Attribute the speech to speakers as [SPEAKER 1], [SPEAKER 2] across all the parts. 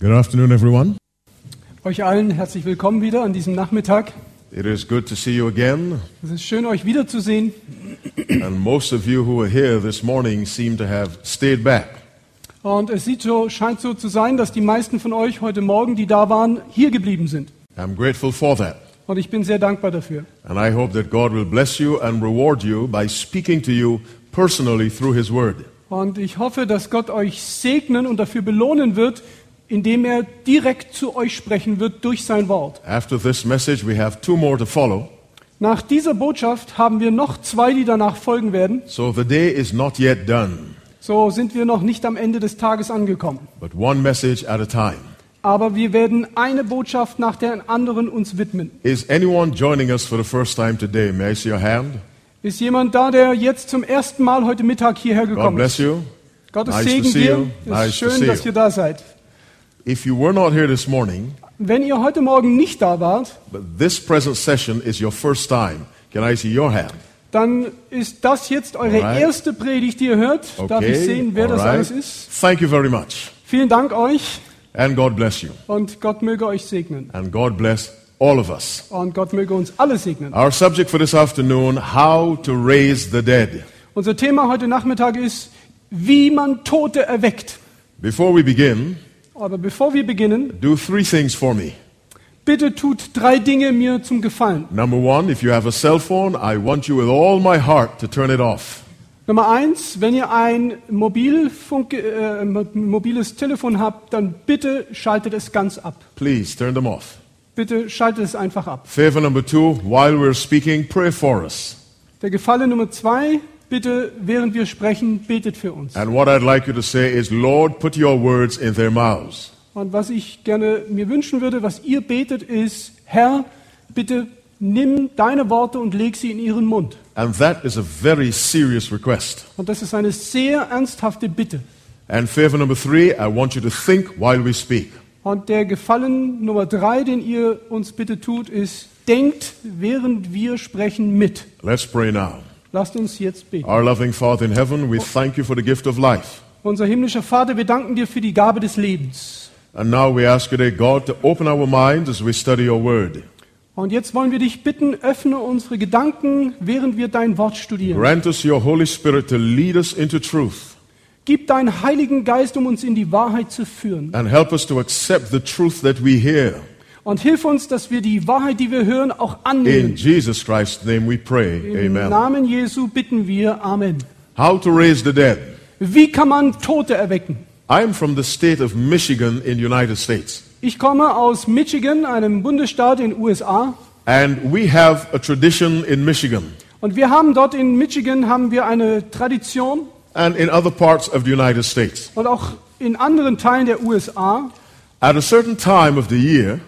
[SPEAKER 1] Good afternoon, everyone.
[SPEAKER 2] Euch allen herzlich willkommen wieder an diesem Nachmittag.
[SPEAKER 1] It is good to see you again.
[SPEAKER 2] Es ist schön, euch wiederzusehen.
[SPEAKER 1] And most of you who are here this morning seem to have stayed back.
[SPEAKER 2] Und es sieht so, scheint so zu sein, dass die meisten von euch heute Morgen, die da waren, hier geblieben sind.
[SPEAKER 1] I'm grateful for that.
[SPEAKER 2] Und ich bin sehr dankbar dafür.
[SPEAKER 1] And I hope that God will bless you and reward you by speaking to you personally through His Word.
[SPEAKER 2] Und ich hoffe, dass Gott euch segnen und dafür belohnen wird, indem er direkt zu euch sprechen wird durch sein Wort.
[SPEAKER 1] After this message, we have two more to follow.
[SPEAKER 2] Nach dieser Botschaft haben wir noch zwei, die danach folgen werden.
[SPEAKER 1] So the day is not yet done,
[SPEAKER 2] So sind wir noch nicht am Ende des Tages angekommen.
[SPEAKER 1] but one message at a time.
[SPEAKER 2] Aber wir werden eine Botschaft nach der anderen uns widmen.
[SPEAKER 1] Is anyone joining us for the first time today? May I see your hand?
[SPEAKER 2] Ist jemand da, der jetzt zum ersten Mal heute Mittag hierher
[SPEAKER 1] God
[SPEAKER 2] gekommen ist?
[SPEAKER 1] bless you.
[SPEAKER 2] Gottes
[SPEAKER 1] Nice to
[SPEAKER 2] Segen
[SPEAKER 1] see you.
[SPEAKER 2] dir. Es
[SPEAKER 1] Nice to
[SPEAKER 2] ist
[SPEAKER 1] see
[SPEAKER 2] schön, dass
[SPEAKER 1] you.
[SPEAKER 2] ihr da seid.
[SPEAKER 1] If you were not here this morning,
[SPEAKER 2] Wenn ihr heute Morgen nicht da wart,
[SPEAKER 1] But this present session is your first time. Can I see your hand?
[SPEAKER 2] dann ist das jetzt eure
[SPEAKER 1] Alright.
[SPEAKER 2] erste Predigt, die ihr hört. Darf ich sehen, wer das
[SPEAKER 1] alright.
[SPEAKER 2] alles ist?
[SPEAKER 1] Thank you very much.
[SPEAKER 2] Vielen Dank euch
[SPEAKER 1] And God bless you.
[SPEAKER 2] und Gott möge euch segnen.
[SPEAKER 1] And God bless all of us.
[SPEAKER 2] Und Gott möge uns alle segnen.
[SPEAKER 1] Our subject for this afternoon how to raise the dead.
[SPEAKER 2] Unser Thema heute Nachmittag ist, wie man Tote erweckt.
[SPEAKER 1] Before we begin,
[SPEAKER 2] Aber bevor wir beginnen,
[SPEAKER 1] do three things for me.
[SPEAKER 2] bitte tut drei Dinge mir zum Gefallen.
[SPEAKER 1] Number one, if you have a cell phone, I want you with all my heart to turn it off.
[SPEAKER 2] Nummer eins, wenn ihr ein Mobilfunk, äh, mo- mobiles Telefon habt, dann bitte schaltet es ganz ab.
[SPEAKER 1] Please turn them off.
[SPEAKER 2] Bitte schaltet es einfach ab.
[SPEAKER 1] Favor number two, while we're speaking, pray for us.
[SPEAKER 2] Der Gefallen Nummer zwei, bitte während wir sprechen, betet für uns.
[SPEAKER 1] And what I'd like you to say is, Lord, put your words in their mouths.
[SPEAKER 2] Und was ich gerne mir wünschen würde, was ihr betet, ist, Herr, bitte nimm deine Worte und leg sie in ihren Mund.
[SPEAKER 1] And that is a very serious request.
[SPEAKER 2] Und das ist eine sehr ernsthafte Bitte.
[SPEAKER 1] And favor number three, I want you to think while we speak.
[SPEAKER 2] Und der Gefallen Nummer drei, den ihr uns bitte tut, ist, denkt, während wir sprechen, mit.
[SPEAKER 1] Let's pray now.
[SPEAKER 2] Lasst uns jetzt beten.
[SPEAKER 1] Our loving Father in heaven, we thank you for the gift of life.
[SPEAKER 2] Unser himmlischer Vater, wir danken dir für die Gabe des Lebens.
[SPEAKER 1] And now we ask you, dear God, to open our minds as we study your word.
[SPEAKER 2] Und jetzt wollen wir dich bitten, öffne unsere Gedanken, während wir dein Wort studieren.
[SPEAKER 1] Grant us your Holy Spirit to lead us into truth
[SPEAKER 2] Gib deinen Heiligen Geist, um uns in die Wahrheit zu führen.
[SPEAKER 1] and help us to accept the truth that we hear.
[SPEAKER 2] Und hilf uns, dass wir die Wahrheit, die wir hören, auch
[SPEAKER 1] In
[SPEAKER 2] annehmen.
[SPEAKER 1] Jesus Christ's name we pray.
[SPEAKER 2] Im
[SPEAKER 1] Amen.
[SPEAKER 2] Namen Jesu bitten wir. Amen.
[SPEAKER 1] How to raise the dead.
[SPEAKER 2] Wie kann man Tote erwecken?
[SPEAKER 1] I'm from the state of Michigan in the United States.
[SPEAKER 2] Ich komme aus Michigan, einem Bundesstaat in den USA.
[SPEAKER 1] And we have a tradition in Michigan
[SPEAKER 2] Und wir haben dort in Michigan haben wir eine Tradition
[SPEAKER 1] and in other parts of the United States.
[SPEAKER 2] und auch in anderen Teilen der USA.
[SPEAKER 1] At a certain time of the year,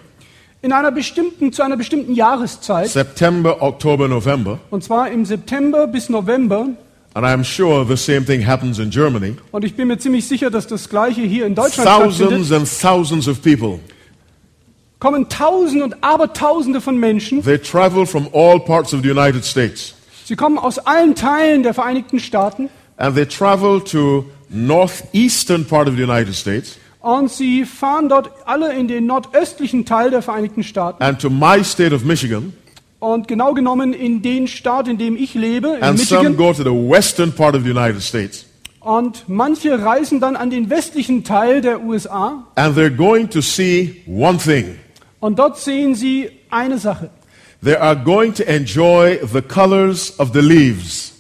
[SPEAKER 2] In einer bestimmten, zu einer bestimmten Jahreszeit,
[SPEAKER 1] September, October, November,
[SPEAKER 2] und zwar im September bis November,
[SPEAKER 1] and I'm sure the same thing happens in Germany,
[SPEAKER 2] und ich bin mir ziemlich sicher, dass das gleiche hier in Deutschland
[SPEAKER 1] thousands
[SPEAKER 2] stattfindet,
[SPEAKER 1] and thousands of people.
[SPEAKER 2] kommen Tausende und Abertausende von Menschen.
[SPEAKER 1] They travel from all parts of the United States,
[SPEAKER 2] Sie kommen aus allen Teilen der Vereinigten Staaten
[SPEAKER 1] and they travel to northeastern part of the United States
[SPEAKER 2] und sie fahren dort alle in den nordöstlichen Teil der Vereinigten Staaten
[SPEAKER 1] and to my state of Michigan,
[SPEAKER 2] und genau genommen in den Staat, in dem ich lebe, in
[SPEAKER 1] and some
[SPEAKER 2] Michigan.
[SPEAKER 1] go to the western part of the United States.
[SPEAKER 2] Und manche reisen dann an den westlichen Teil der USA
[SPEAKER 1] And they're going to see one thing.
[SPEAKER 2] und dort sehen sie eine Sache.
[SPEAKER 1] They are going to enjoy the colors of the leaves.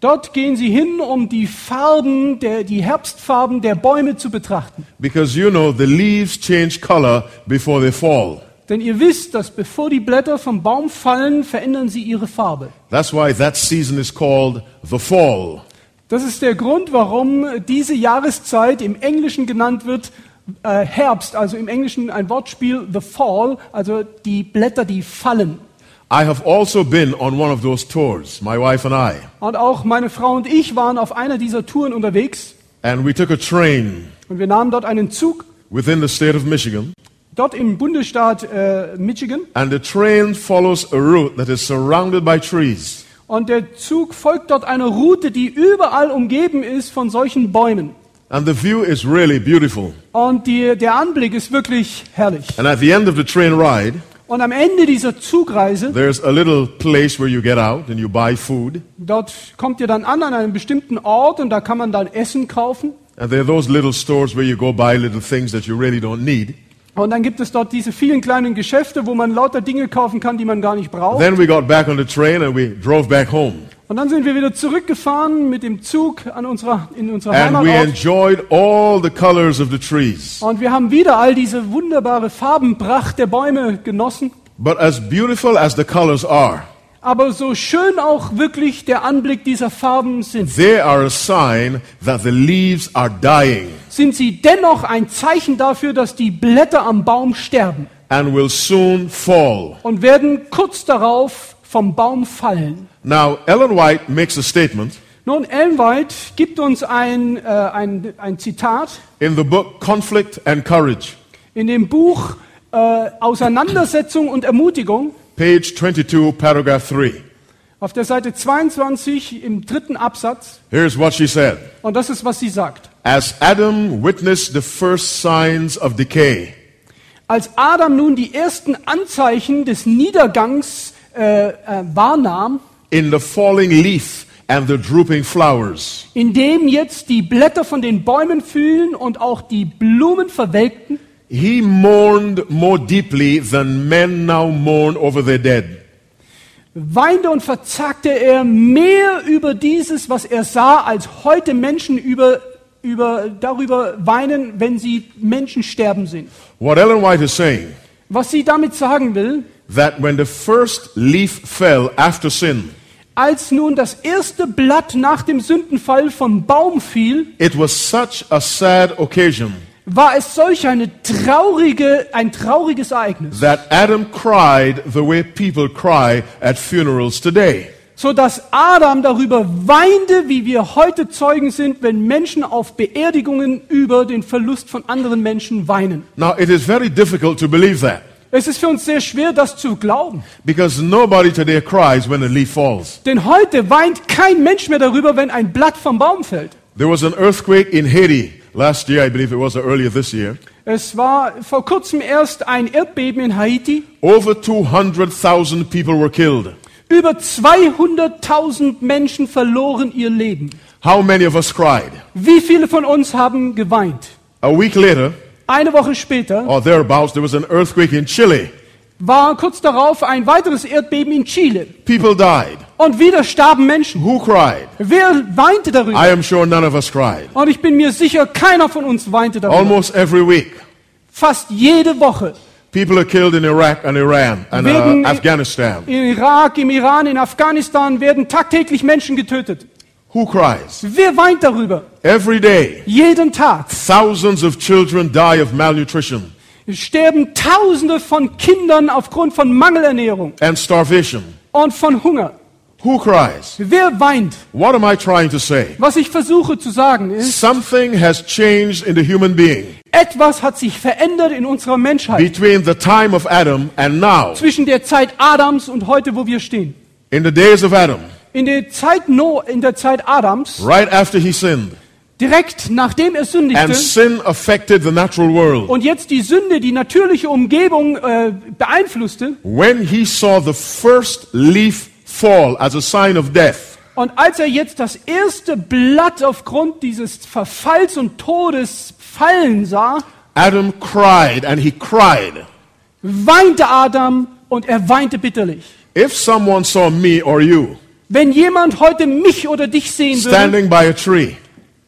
[SPEAKER 2] Dort gehen sie hin, um die Farben, der, die Herbstfarben der Bäume zu betrachten.
[SPEAKER 1] Because you know, the leaves change color before they fall.
[SPEAKER 2] Denn ihr wisst, dass bevor die Blätter vom Baum fallen, verändern sie ihre Farbe.
[SPEAKER 1] That's why that season is called the fall.
[SPEAKER 2] Das ist der Grund, warum diese Jahreszeit im Englischen genannt wird äh, Herbst, also im Englischen ein Wortspiel The Fall, also die Blätter, die fallen.
[SPEAKER 1] I have also been on one of those tours, my wife and I.
[SPEAKER 2] Und auch meine Frau und ich waren auf einer dieser Touren unterwegs
[SPEAKER 1] And we took a train
[SPEAKER 2] und wir nahmen dort einen Zug,
[SPEAKER 1] within the state of Michigan.
[SPEAKER 2] dort im Bundesstaat äh, Michigan.
[SPEAKER 1] And the train follows a route that is surrounded by trees.
[SPEAKER 2] Und der Zug folgt dort einer Route, die überall umgeben ist von solchen Bäumen.
[SPEAKER 1] And the view is really beautiful.
[SPEAKER 2] Und die, der Anblick ist wirklich herrlich.
[SPEAKER 1] And at the end of the train ride,
[SPEAKER 2] Und am Ende dieser Zugreise,
[SPEAKER 1] there's a little place where you get out and you buy food.
[SPEAKER 2] dort kommt ihr dann an an einem bestimmten Ort und da kann man dann Essen kaufen.
[SPEAKER 1] And there are those little stores where you go buy little things that you really don't need.
[SPEAKER 2] Und dann gibt es dort diese vielen kleinen Geschäfte, wo man lauter Dinge kaufen kann, die man gar nicht braucht.
[SPEAKER 1] Then we got back on the train and we drove back home.
[SPEAKER 2] Und dann sind wir wieder zurückgefahren mit dem Zug an unserer, in unserer
[SPEAKER 1] And we
[SPEAKER 2] Heimatort.
[SPEAKER 1] enjoyed all the colors of the trees.
[SPEAKER 2] Und wir haben wieder all diese wunderbare Farbenpracht der Bäume genossen.
[SPEAKER 1] But as beautiful as the colors are,
[SPEAKER 2] Aber so schön auch wirklich der Anblick dieser Farben sind,
[SPEAKER 1] they are a sign that the leaves are dying
[SPEAKER 2] sind sie dennoch ein Zeichen dafür, dass die Blätter am Baum sterben
[SPEAKER 1] and will soon fall.
[SPEAKER 2] und werden kurz darauf vom Baum fallen.
[SPEAKER 1] Now, Ellen White makes a statement
[SPEAKER 2] Nun, Ellen White gibt uns ein, äh, ein, ein Zitat
[SPEAKER 1] in the book Conflict and Courage,
[SPEAKER 2] in dem Buch äh, Auseinandersetzung und Ermutigung
[SPEAKER 1] page 22, paragraph 3.
[SPEAKER 2] auf der Seite 22 im dritten Absatz.
[SPEAKER 1] Here's what she said
[SPEAKER 2] Und das ist, was sie sagt.
[SPEAKER 1] As Adam witnessed the first signs of decay,
[SPEAKER 2] Als Adam nun die ersten Anzeichen des Niedergangs äh, äh, wahrnahm,
[SPEAKER 1] in the falling leaf and the drooping flowers,
[SPEAKER 2] indem jetzt die Blätter von den Bäumen fielen und auch die Blumen verwelkten,
[SPEAKER 1] he mourned more deeply than men now mourn over their dead.
[SPEAKER 2] weinte und verzagte er mehr über dieses, was er sah, als heute Menschen über, über, darüber weinen, wenn sie Menschen sterben sehen.
[SPEAKER 1] What Ellen White is saying,
[SPEAKER 2] Was sie damit sagen will,
[SPEAKER 1] that when the first leaf fell after sin,
[SPEAKER 2] als nun das erste Blatt nach dem Sündenfall vom Baum fiel,
[SPEAKER 1] it was such a sad occasion
[SPEAKER 2] war es solch eine traurige, ein trauriges Ereignis,
[SPEAKER 1] that Adam cried the way people cry at funerals today.
[SPEAKER 2] so dass Adam darüber weinte, wie wir heute Zeugen sind, wenn Menschen auf Beerdigungen über den Verlust von anderen Menschen weinen.
[SPEAKER 1] Now, it is very difficult to believe that
[SPEAKER 2] Es ist für uns sehr schwer, das zu glauben.
[SPEAKER 1] because nobody today cries when a leaf falls.
[SPEAKER 2] Denn heute weint kein Mensch mehr darüber, wenn ein Blatt vom Baum fällt.
[SPEAKER 1] There was an earthquake in Haiti last year, I believe it was, or earlier this year.
[SPEAKER 2] Es war vor kurzem erst ein Erdbeben in Haiti.
[SPEAKER 1] Over 200,000 people were killed.
[SPEAKER 2] Über 200.000 Menschen verloren ihr Leben.
[SPEAKER 1] How many of us cried?
[SPEAKER 2] Wie viele von uns haben geweint?
[SPEAKER 1] A week later,
[SPEAKER 2] Eine Woche später
[SPEAKER 1] or thereabouts, there was an earthquake in Chile.
[SPEAKER 2] war kurz darauf ein weiteres Erdbeben in Chile.
[SPEAKER 1] People died.
[SPEAKER 2] Und wieder starben Menschen.
[SPEAKER 1] Who cried?
[SPEAKER 2] Wer weinte darüber?
[SPEAKER 1] I am sure none of us cried.
[SPEAKER 2] Und ich bin mir sicher, keiner von uns weinte darüber.
[SPEAKER 1] Almost every week,
[SPEAKER 2] Fast jede Woche.
[SPEAKER 1] people are killed in Iraq and Iran and uh,
[SPEAKER 2] Wegen-
[SPEAKER 1] Afghanistan.
[SPEAKER 2] Im Irak, im Iran, in Afghanistan werden tagtäglich Menschen getötet.
[SPEAKER 1] Who cries?
[SPEAKER 2] Wer weint darüber?
[SPEAKER 1] Every day,
[SPEAKER 2] Jeden Tag
[SPEAKER 1] thousands of children die of malnutrition
[SPEAKER 2] sterben Tausende von Kindern aufgrund von Mangelernährung
[SPEAKER 1] and starvation.
[SPEAKER 2] und von Hunger.
[SPEAKER 1] Who cries?
[SPEAKER 2] Wer weint?
[SPEAKER 1] What am I trying to say?
[SPEAKER 2] Was ich versuche zu sagen ist,
[SPEAKER 1] Something has changed in the human being
[SPEAKER 2] etwas hat sich verändert in unserer Menschheit
[SPEAKER 1] between the time of Adam and now.
[SPEAKER 2] zwischen der Zeit Adams und heute, wo wir stehen.
[SPEAKER 1] In the days of Adam,
[SPEAKER 2] In der Zeit No, in der Zeit Adams,
[SPEAKER 1] right after he sinned,
[SPEAKER 2] direkt nachdem er
[SPEAKER 1] and
[SPEAKER 2] sündigte,
[SPEAKER 1] sin affected the natural world,
[SPEAKER 2] und jetzt die Sünde die natürliche Umgebung äh, beeinflusste,
[SPEAKER 1] when he saw the first leaf fall as a sign of death,
[SPEAKER 2] Und als er jetzt das erste Blatt aufgrund dieses Verfalls und Todes fallen sah,
[SPEAKER 1] Adam cried and he cried.
[SPEAKER 2] weinte Adam und er weinte bitterlich.
[SPEAKER 1] If someone saw me or you
[SPEAKER 2] Wenn jemand heute mich oder dich sehen würde,
[SPEAKER 1] standing by a tree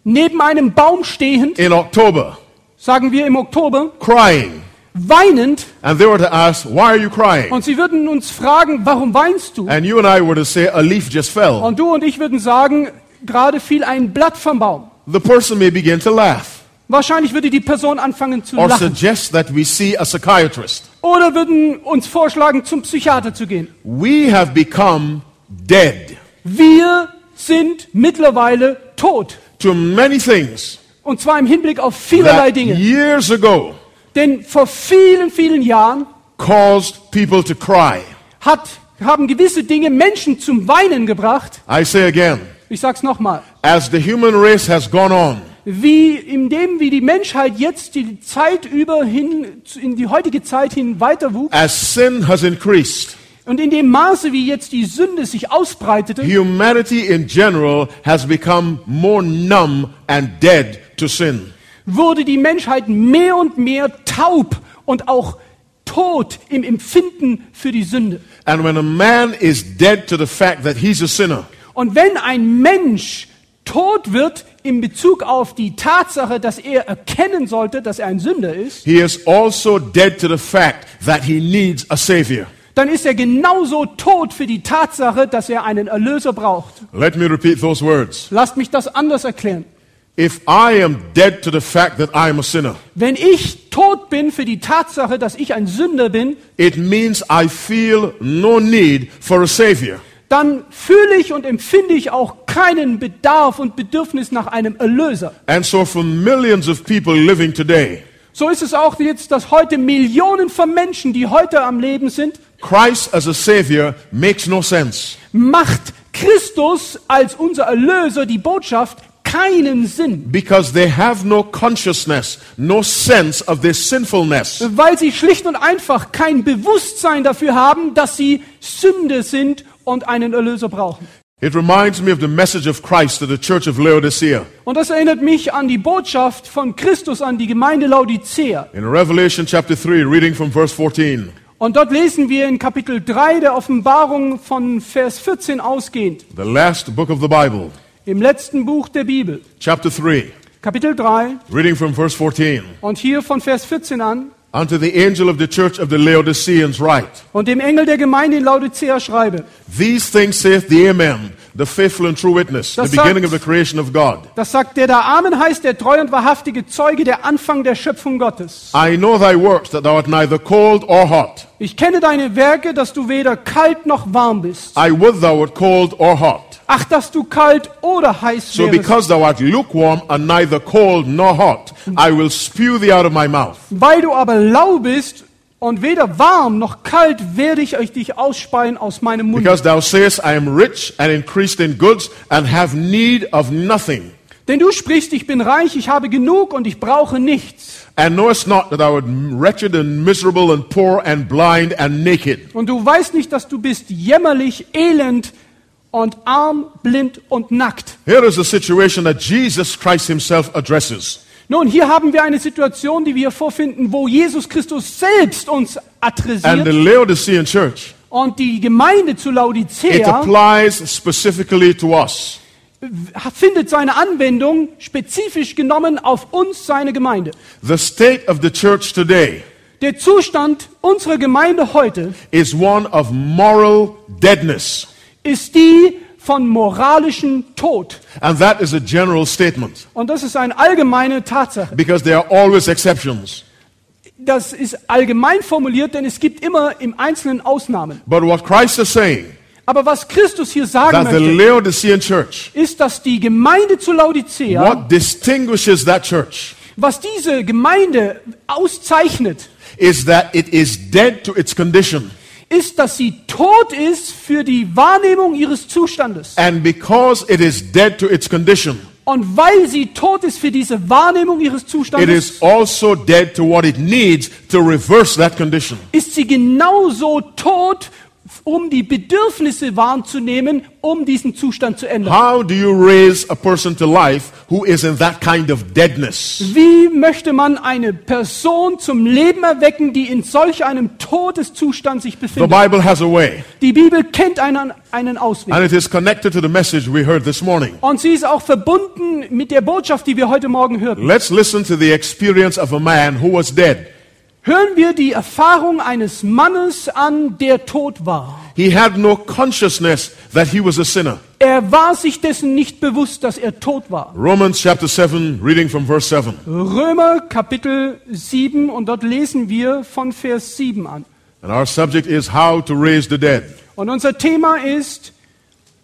[SPEAKER 2] neben einem Baum stehend,
[SPEAKER 1] in October
[SPEAKER 2] sagen wir im Oktober,
[SPEAKER 1] crying,
[SPEAKER 2] weinend,
[SPEAKER 1] and they were to ask, Why are you crying?
[SPEAKER 2] und sie würden uns fragen, warum weinst du?
[SPEAKER 1] And you and I were to say, A leaf just fell,
[SPEAKER 2] Und du und ich würden sagen, gerade fiel ein Blatt vom Baum.
[SPEAKER 1] the person may begin to laugh
[SPEAKER 2] Wahrscheinlich würde die Person anfangen zu
[SPEAKER 1] or
[SPEAKER 2] lachen.
[SPEAKER 1] suggest that we see a psychiatrist.
[SPEAKER 2] Oder würden uns vorschlagen, zum Psychiater zu gehen.
[SPEAKER 1] We have become dead
[SPEAKER 2] Wir sind mittlerweile tot.
[SPEAKER 1] to many things
[SPEAKER 2] Und zwar im Hinblick auf vielerlei
[SPEAKER 1] that
[SPEAKER 2] Dinge.
[SPEAKER 1] years ago
[SPEAKER 2] Denn vor vielen, vielen Jahren
[SPEAKER 1] caused people to cry.
[SPEAKER 2] hat, haben gewisse Dinge Menschen zum Weinen gebracht.
[SPEAKER 1] I say again,
[SPEAKER 2] Ich sag's nochmal.
[SPEAKER 1] as the human race has gone on,
[SPEAKER 2] wie indem wie die Menschheit jetzt die Zeit über hin in die heutige Zeit hin weiterwuchs
[SPEAKER 1] As sin has increased,
[SPEAKER 2] und in dem Maße wie jetzt die Sünde sich ausbreitete,
[SPEAKER 1] humanity in general has become more numb and dead to sin.
[SPEAKER 2] wurde die Menschheit mehr und mehr taub und auch tot im Empfinden für die Sünde.
[SPEAKER 1] And when a man is dead to the fact that he's a sinner,
[SPEAKER 2] Und wenn ein Mensch tot wird in Bezug auf die Tatsache, dass er erkennen sollte, dass er ein Sünder ist,
[SPEAKER 1] he is also dead to the fact that he needs a savior.
[SPEAKER 2] dann ist er genauso tot für die Tatsache, dass er einen Erlöser braucht.
[SPEAKER 1] Let me repeat those words.
[SPEAKER 2] Lasst mich das anders erklären.
[SPEAKER 1] If I am dead to the fact that I am a sinner,
[SPEAKER 2] Wenn ich tot bin für die Tatsache, dass ich ein Sünder bin,
[SPEAKER 1] it means I feel no need for a savior.
[SPEAKER 2] dann fühle ich und empfinde ich auch keinen Bedarf und Bedürfnis nach einem Erlöser.
[SPEAKER 1] And so for millions of people living today,
[SPEAKER 2] So ist es auch jetzt, dass heute Millionen von Menschen, die heute am Leben sind,
[SPEAKER 1] Christ as a savior makes no sense.
[SPEAKER 2] macht Christus als unser Erlöser die Botschaft keinen Sinn,
[SPEAKER 1] Because they have no consciousness, no sense of their sinfulness.
[SPEAKER 2] weil sie schlicht und einfach kein Bewusstsein dafür haben, dass sie Sünde sind und einen Erlöser brauchen.
[SPEAKER 1] It reminds me of the message of Christ to the church of Laodicea.
[SPEAKER 2] Und das erinnert mich an die Botschaft von Christus an die Gemeinde Laodicea.
[SPEAKER 1] In Revelation chapter 3, reading from verse 14,
[SPEAKER 2] Und dort lesen wir in Kapitel 3 der Offenbarung von Vers 14 ausgehend,
[SPEAKER 1] the last book of the Bible,
[SPEAKER 2] im letzten Buch der Bibel,
[SPEAKER 1] chapter 3,
[SPEAKER 2] Kapitel 3
[SPEAKER 1] reading from verse 14.
[SPEAKER 2] und hier von Vers 14 an.
[SPEAKER 1] Unto the angel of the church of the Laodiceans write,
[SPEAKER 2] Und dem Engel der Gemeinde in Laodicea schreibe,
[SPEAKER 1] These things saith the Amen, the faithful and true witness, the
[SPEAKER 2] Das
[SPEAKER 1] beginning of
[SPEAKER 2] sagt-
[SPEAKER 1] the creation of God.
[SPEAKER 2] Das sagt der da Amen heißt, der treu und wahrhaftige Zeuge, der Anfang der Schöpfung Gottes.
[SPEAKER 1] I know thy works, that thou art neither cold or hot.
[SPEAKER 2] Ich kenne deine Werke, dass du weder kalt noch warm bist.
[SPEAKER 1] I would thou wert cold or hot.
[SPEAKER 2] Ach, dass du kalt oder heiß
[SPEAKER 1] So
[SPEAKER 2] wärest.
[SPEAKER 1] because thou art lukewarm and neither cold nor hot, I will spew thee out of my mouth.
[SPEAKER 2] Weil du aber lau bist und weder warm noch kalt, werde ich euch dich ausspeien aus meinem Mund.
[SPEAKER 1] Because thou sayest, I am rich and increased in goods and have need of nothing,
[SPEAKER 2] Denn du sprichst, ich bin reich, ich habe genug und ich brauche nichts.
[SPEAKER 1] and knowest not that thou art wretched and miserable and poor and blind and naked.
[SPEAKER 2] Und du weißt nicht, dass du bist jämmerlich, elend und arm, blind und nackt.
[SPEAKER 1] Here is a situation that Jesus Christ himself addresses.
[SPEAKER 2] Nun, hier haben wir eine Situation, die wir vorfinden, wo Jesus Christus selbst uns
[SPEAKER 1] And the
[SPEAKER 2] adressiert
[SPEAKER 1] Laodicean church,
[SPEAKER 2] und die Gemeinde zu
[SPEAKER 1] it
[SPEAKER 2] Laodicea
[SPEAKER 1] applies specifically to us.
[SPEAKER 2] findet seine Anwendung spezifisch genommen auf uns, seine Gemeinde.
[SPEAKER 1] The state of the church today
[SPEAKER 2] Der Zustand unserer Gemeinde heute
[SPEAKER 1] is one of moral deadness.
[SPEAKER 2] ist die von moralischem Tod.
[SPEAKER 1] And that is a general statement
[SPEAKER 2] Und das ist eine allgemeine Tatsache.
[SPEAKER 1] because there are always exceptions.
[SPEAKER 2] Das ist allgemein formuliert, denn es gibt immer im Einzelnen Ausnahmen.
[SPEAKER 1] But what Christ is saying,
[SPEAKER 2] Aber was Christus hier sagen
[SPEAKER 1] that the
[SPEAKER 2] möchte,
[SPEAKER 1] Laodicean church,
[SPEAKER 2] ist, dass die Gemeinde zu Laodicea
[SPEAKER 1] what distinguishes that church
[SPEAKER 2] Was diese Gemeinde auszeichnet,
[SPEAKER 1] is that it is dead to its condition.
[SPEAKER 2] ist, dass sie tot ist für die Wahrnehmung ihres Zustandes.
[SPEAKER 1] And because it is dead to its condition,
[SPEAKER 2] Und weil sie tot ist für diese Wahrnehmung ihres
[SPEAKER 1] it is
[SPEAKER 2] Zustandes,
[SPEAKER 1] also dead to what it needs to reverse that condition.
[SPEAKER 2] ist sie genauso tot, um die Bedürfnisse wahrzunehmen, um diesen Zustand zu ändern.
[SPEAKER 1] How do you raise a person to life who is in that kind of deadness?
[SPEAKER 2] Wie möchte man eine Person zum Leben erwecken, die in solch einem Todeszustand sich
[SPEAKER 1] The
[SPEAKER 2] befindet?
[SPEAKER 1] Bible has a way,
[SPEAKER 2] Die Bibel kennt einen, einen Ausweg.
[SPEAKER 1] and it is connected to the message we heard this morning.
[SPEAKER 2] Und sie ist auch verbunden mit der Botschaft, die wir heute Morgen hörten.
[SPEAKER 1] Let's listen to the experience of a man who was dead.
[SPEAKER 2] hören wir die Erfahrung eines Mannes an, der tot war.
[SPEAKER 1] He had no consciousness that he was a sinner.
[SPEAKER 2] Er war sich dessen nicht bewusst, dass er tot war.
[SPEAKER 1] Romans chapter 7, reading from verse 7.
[SPEAKER 2] Römer Kapitel 7 und dort lesen wir von Vers 7 an.
[SPEAKER 1] And our subject is how to raise the dead.
[SPEAKER 2] Und unser Thema ist,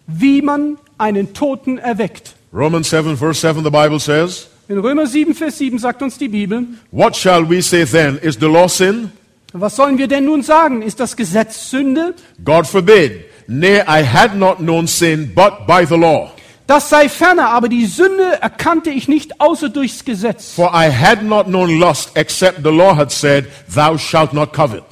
[SPEAKER 2] wie man einen Toten erweckt.
[SPEAKER 1] Romans 7, verse 7, the Bible says,
[SPEAKER 2] In Römer 7, Vers 7 sagt uns die Bibel,
[SPEAKER 1] What shall we say then? Is the law sin?
[SPEAKER 2] was sollen wir denn nun sagen? Ist das Gesetz Sünde?
[SPEAKER 1] God forbid. Nay, I had not known sin but by the law.
[SPEAKER 2] Das sei ferner, aber die Sünde erkannte ich nicht außer durchs Gesetz.
[SPEAKER 1] For I had not known lust except the law had said, Thou shalt not covet.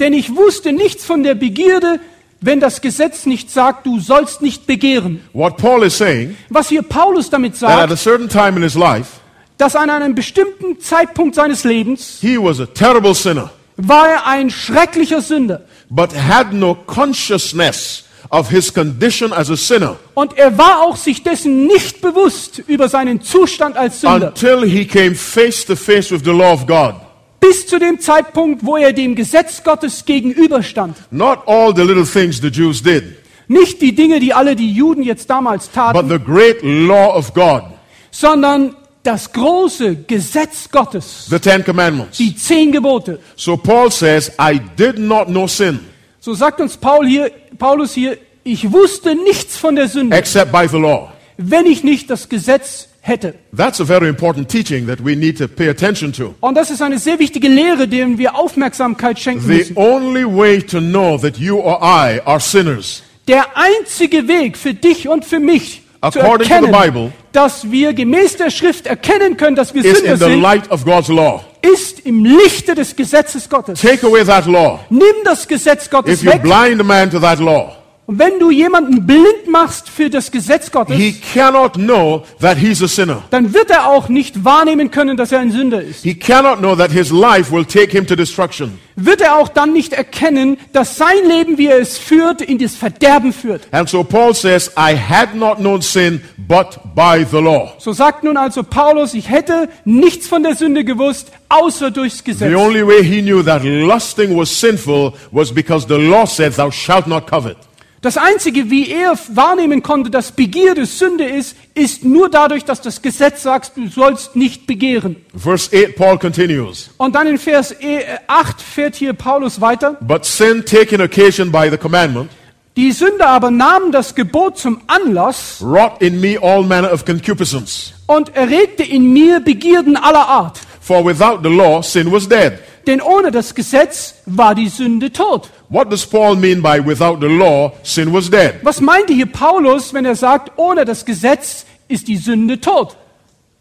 [SPEAKER 2] Denn ich wusste nichts von der Begierde, wenn das Gesetz nicht sagt, du sollst nicht begehren.
[SPEAKER 1] What Paul is saying,
[SPEAKER 2] Was hier Paulus damit
[SPEAKER 1] that at a
[SPEAKER 2] sagt,
[SPEAKER 1] certain time in his life,
[SPEAKER 2] dass an einem bestimmten Zeitpunkt seines Lebens
[SPEAKER 1] he was a terrible sinner,
[SPEAKER 2] war er ein schrecklicher Sünder.
[SPEAKER 1] but had no consciousness of his condition as a sinner
[SPEAKER 2] Und er war auch sich dessen nicht bewusst über seinen Zustand als Sünder.
[SPEAKER 1] until he came face to face with the law of God.
[SPEAKER 2] Bis zu dem Zeitpunkt, wo er dem Gesetz Gottes gegenüberstand.
[SPEAKER 1] Not all the little things the Jews did,
[SPEAKER 2] Nicht die Dinge, die alle die Juden jetzt damals
[SPEAKER 1] but
[SPEAKER 2] taten,
[SPEAKER 1] the great law of God,
[SPEAKER 2] sondern das große Gesetz Gottes,
[SPEAKER 1] the Ten Commandments.
[SPEAKER 2] die zehn Gebote.
[SPEAKER 1] So Paul says, I did not know sin
[SPEAKER 2] So sagt uns Paul hier, Paulus hier, ich wusste nichts von der Sünde,
[SPEAKER 1] except by the law.
[SPEAKER 2] wenn ich nicht das Gesetz hätte.
[SPEAKER 1] That's a very important teaching that we need to pay attention to.
[SPEAKER 2] Und das ist eine sehr wichtige Lehre, dem wir Aufmerksamkeit schenken
[SPEAKER 1] The
[SPEAKER 2] müssen.
[SPEAKER 1] only way to know that you or I are sinners
[SPEAKER 2] Der einzige Weg für dich und für mich zu
[SPEAKER 1] According to the
[SPEAKER 2] erkennen,
[SPEAKER 1] Bible,
[SPEAKER 2] dass wir gemäß der Schrift erkennen können, dass wir
[SPEAKER 1] is in
[SPEAKER 2] Sünder
[SPEAKER 1] the
[SPEAKER 2] sind,
[SPEAKER 1] light of God's law.
[SPEAKER 2] ist im Lichte des Gesetzes Gottes.
[SPEAKER 1] Take away that law.
[SPEAKER 2] Nimm das Gesetz
[SPEAKER 1] If
[SPEAKER 2] Gottes
[SPEAKER 1] you
[SPEAKER 2] weg
[SPEAKER 1] blind a man to that law,
[SPEAKER 2] und wenn du jemanden blind machst für das Gesetz Gottes,
[SPEAKER 1] he cannot know that he's a sinner.
[SPEAKER 2] dann wird er auch nicht wahrnehmen können, dass er ein Sünder ist.
[SPEAKER 1] He cannot know that his life will take him to destruction.
[SPEAKER 2] Wird er auch dann nicht erkennen, dass sein Leben, wie er es führt, in das Verderben führt.
[SPEAKER 1] And so Paul says, I had not known sin but by the law.
[SPEAKER 2] So sagt nun also Paulus, ich hätte nichts von der Sünde gewusst, außer durchs
[SPEAKER 1] The
[SPEAKER 2] Gesetz.
[SPEAKER 1] only way he knew that lusting was sinful was because the law said, Thou shalt not covet.
[SPEAKER 2] Das Einzige, wie er wahrnehmen konnte, dass Begierde Sünde ist, ist nur dadurch, dass das Gesetz sagt, du sollst nicht begehren.
[SPEAKER 1] Verse 8, Paul continues.
[SPEAKER 2] Und dann in Vers E- äh, 8 fährt hier Paulus weiter.
[SPEAKER 1] But sin taken occasion by the commandment
[SPEAKER 2] Die Sünder aber nahmen das Gebot zum Anlass
[SPEAKER 1] wrought in me all manner of concupiscence.
[SPEAKER 2] und erregte in mir Begierden aller Art.
[SPEAKER 1] For without the law, sin was dead.
[SPEAKER 2] Denn ohne das Gesetz war die Sünde tot.
[SPEAKER 1] What does Paul mean by without the law, sin was dead?
[SPEAKER 2] Was meinte hier Paulus, wenn er sagt, ohne das Gesetz ist die Sünde tot?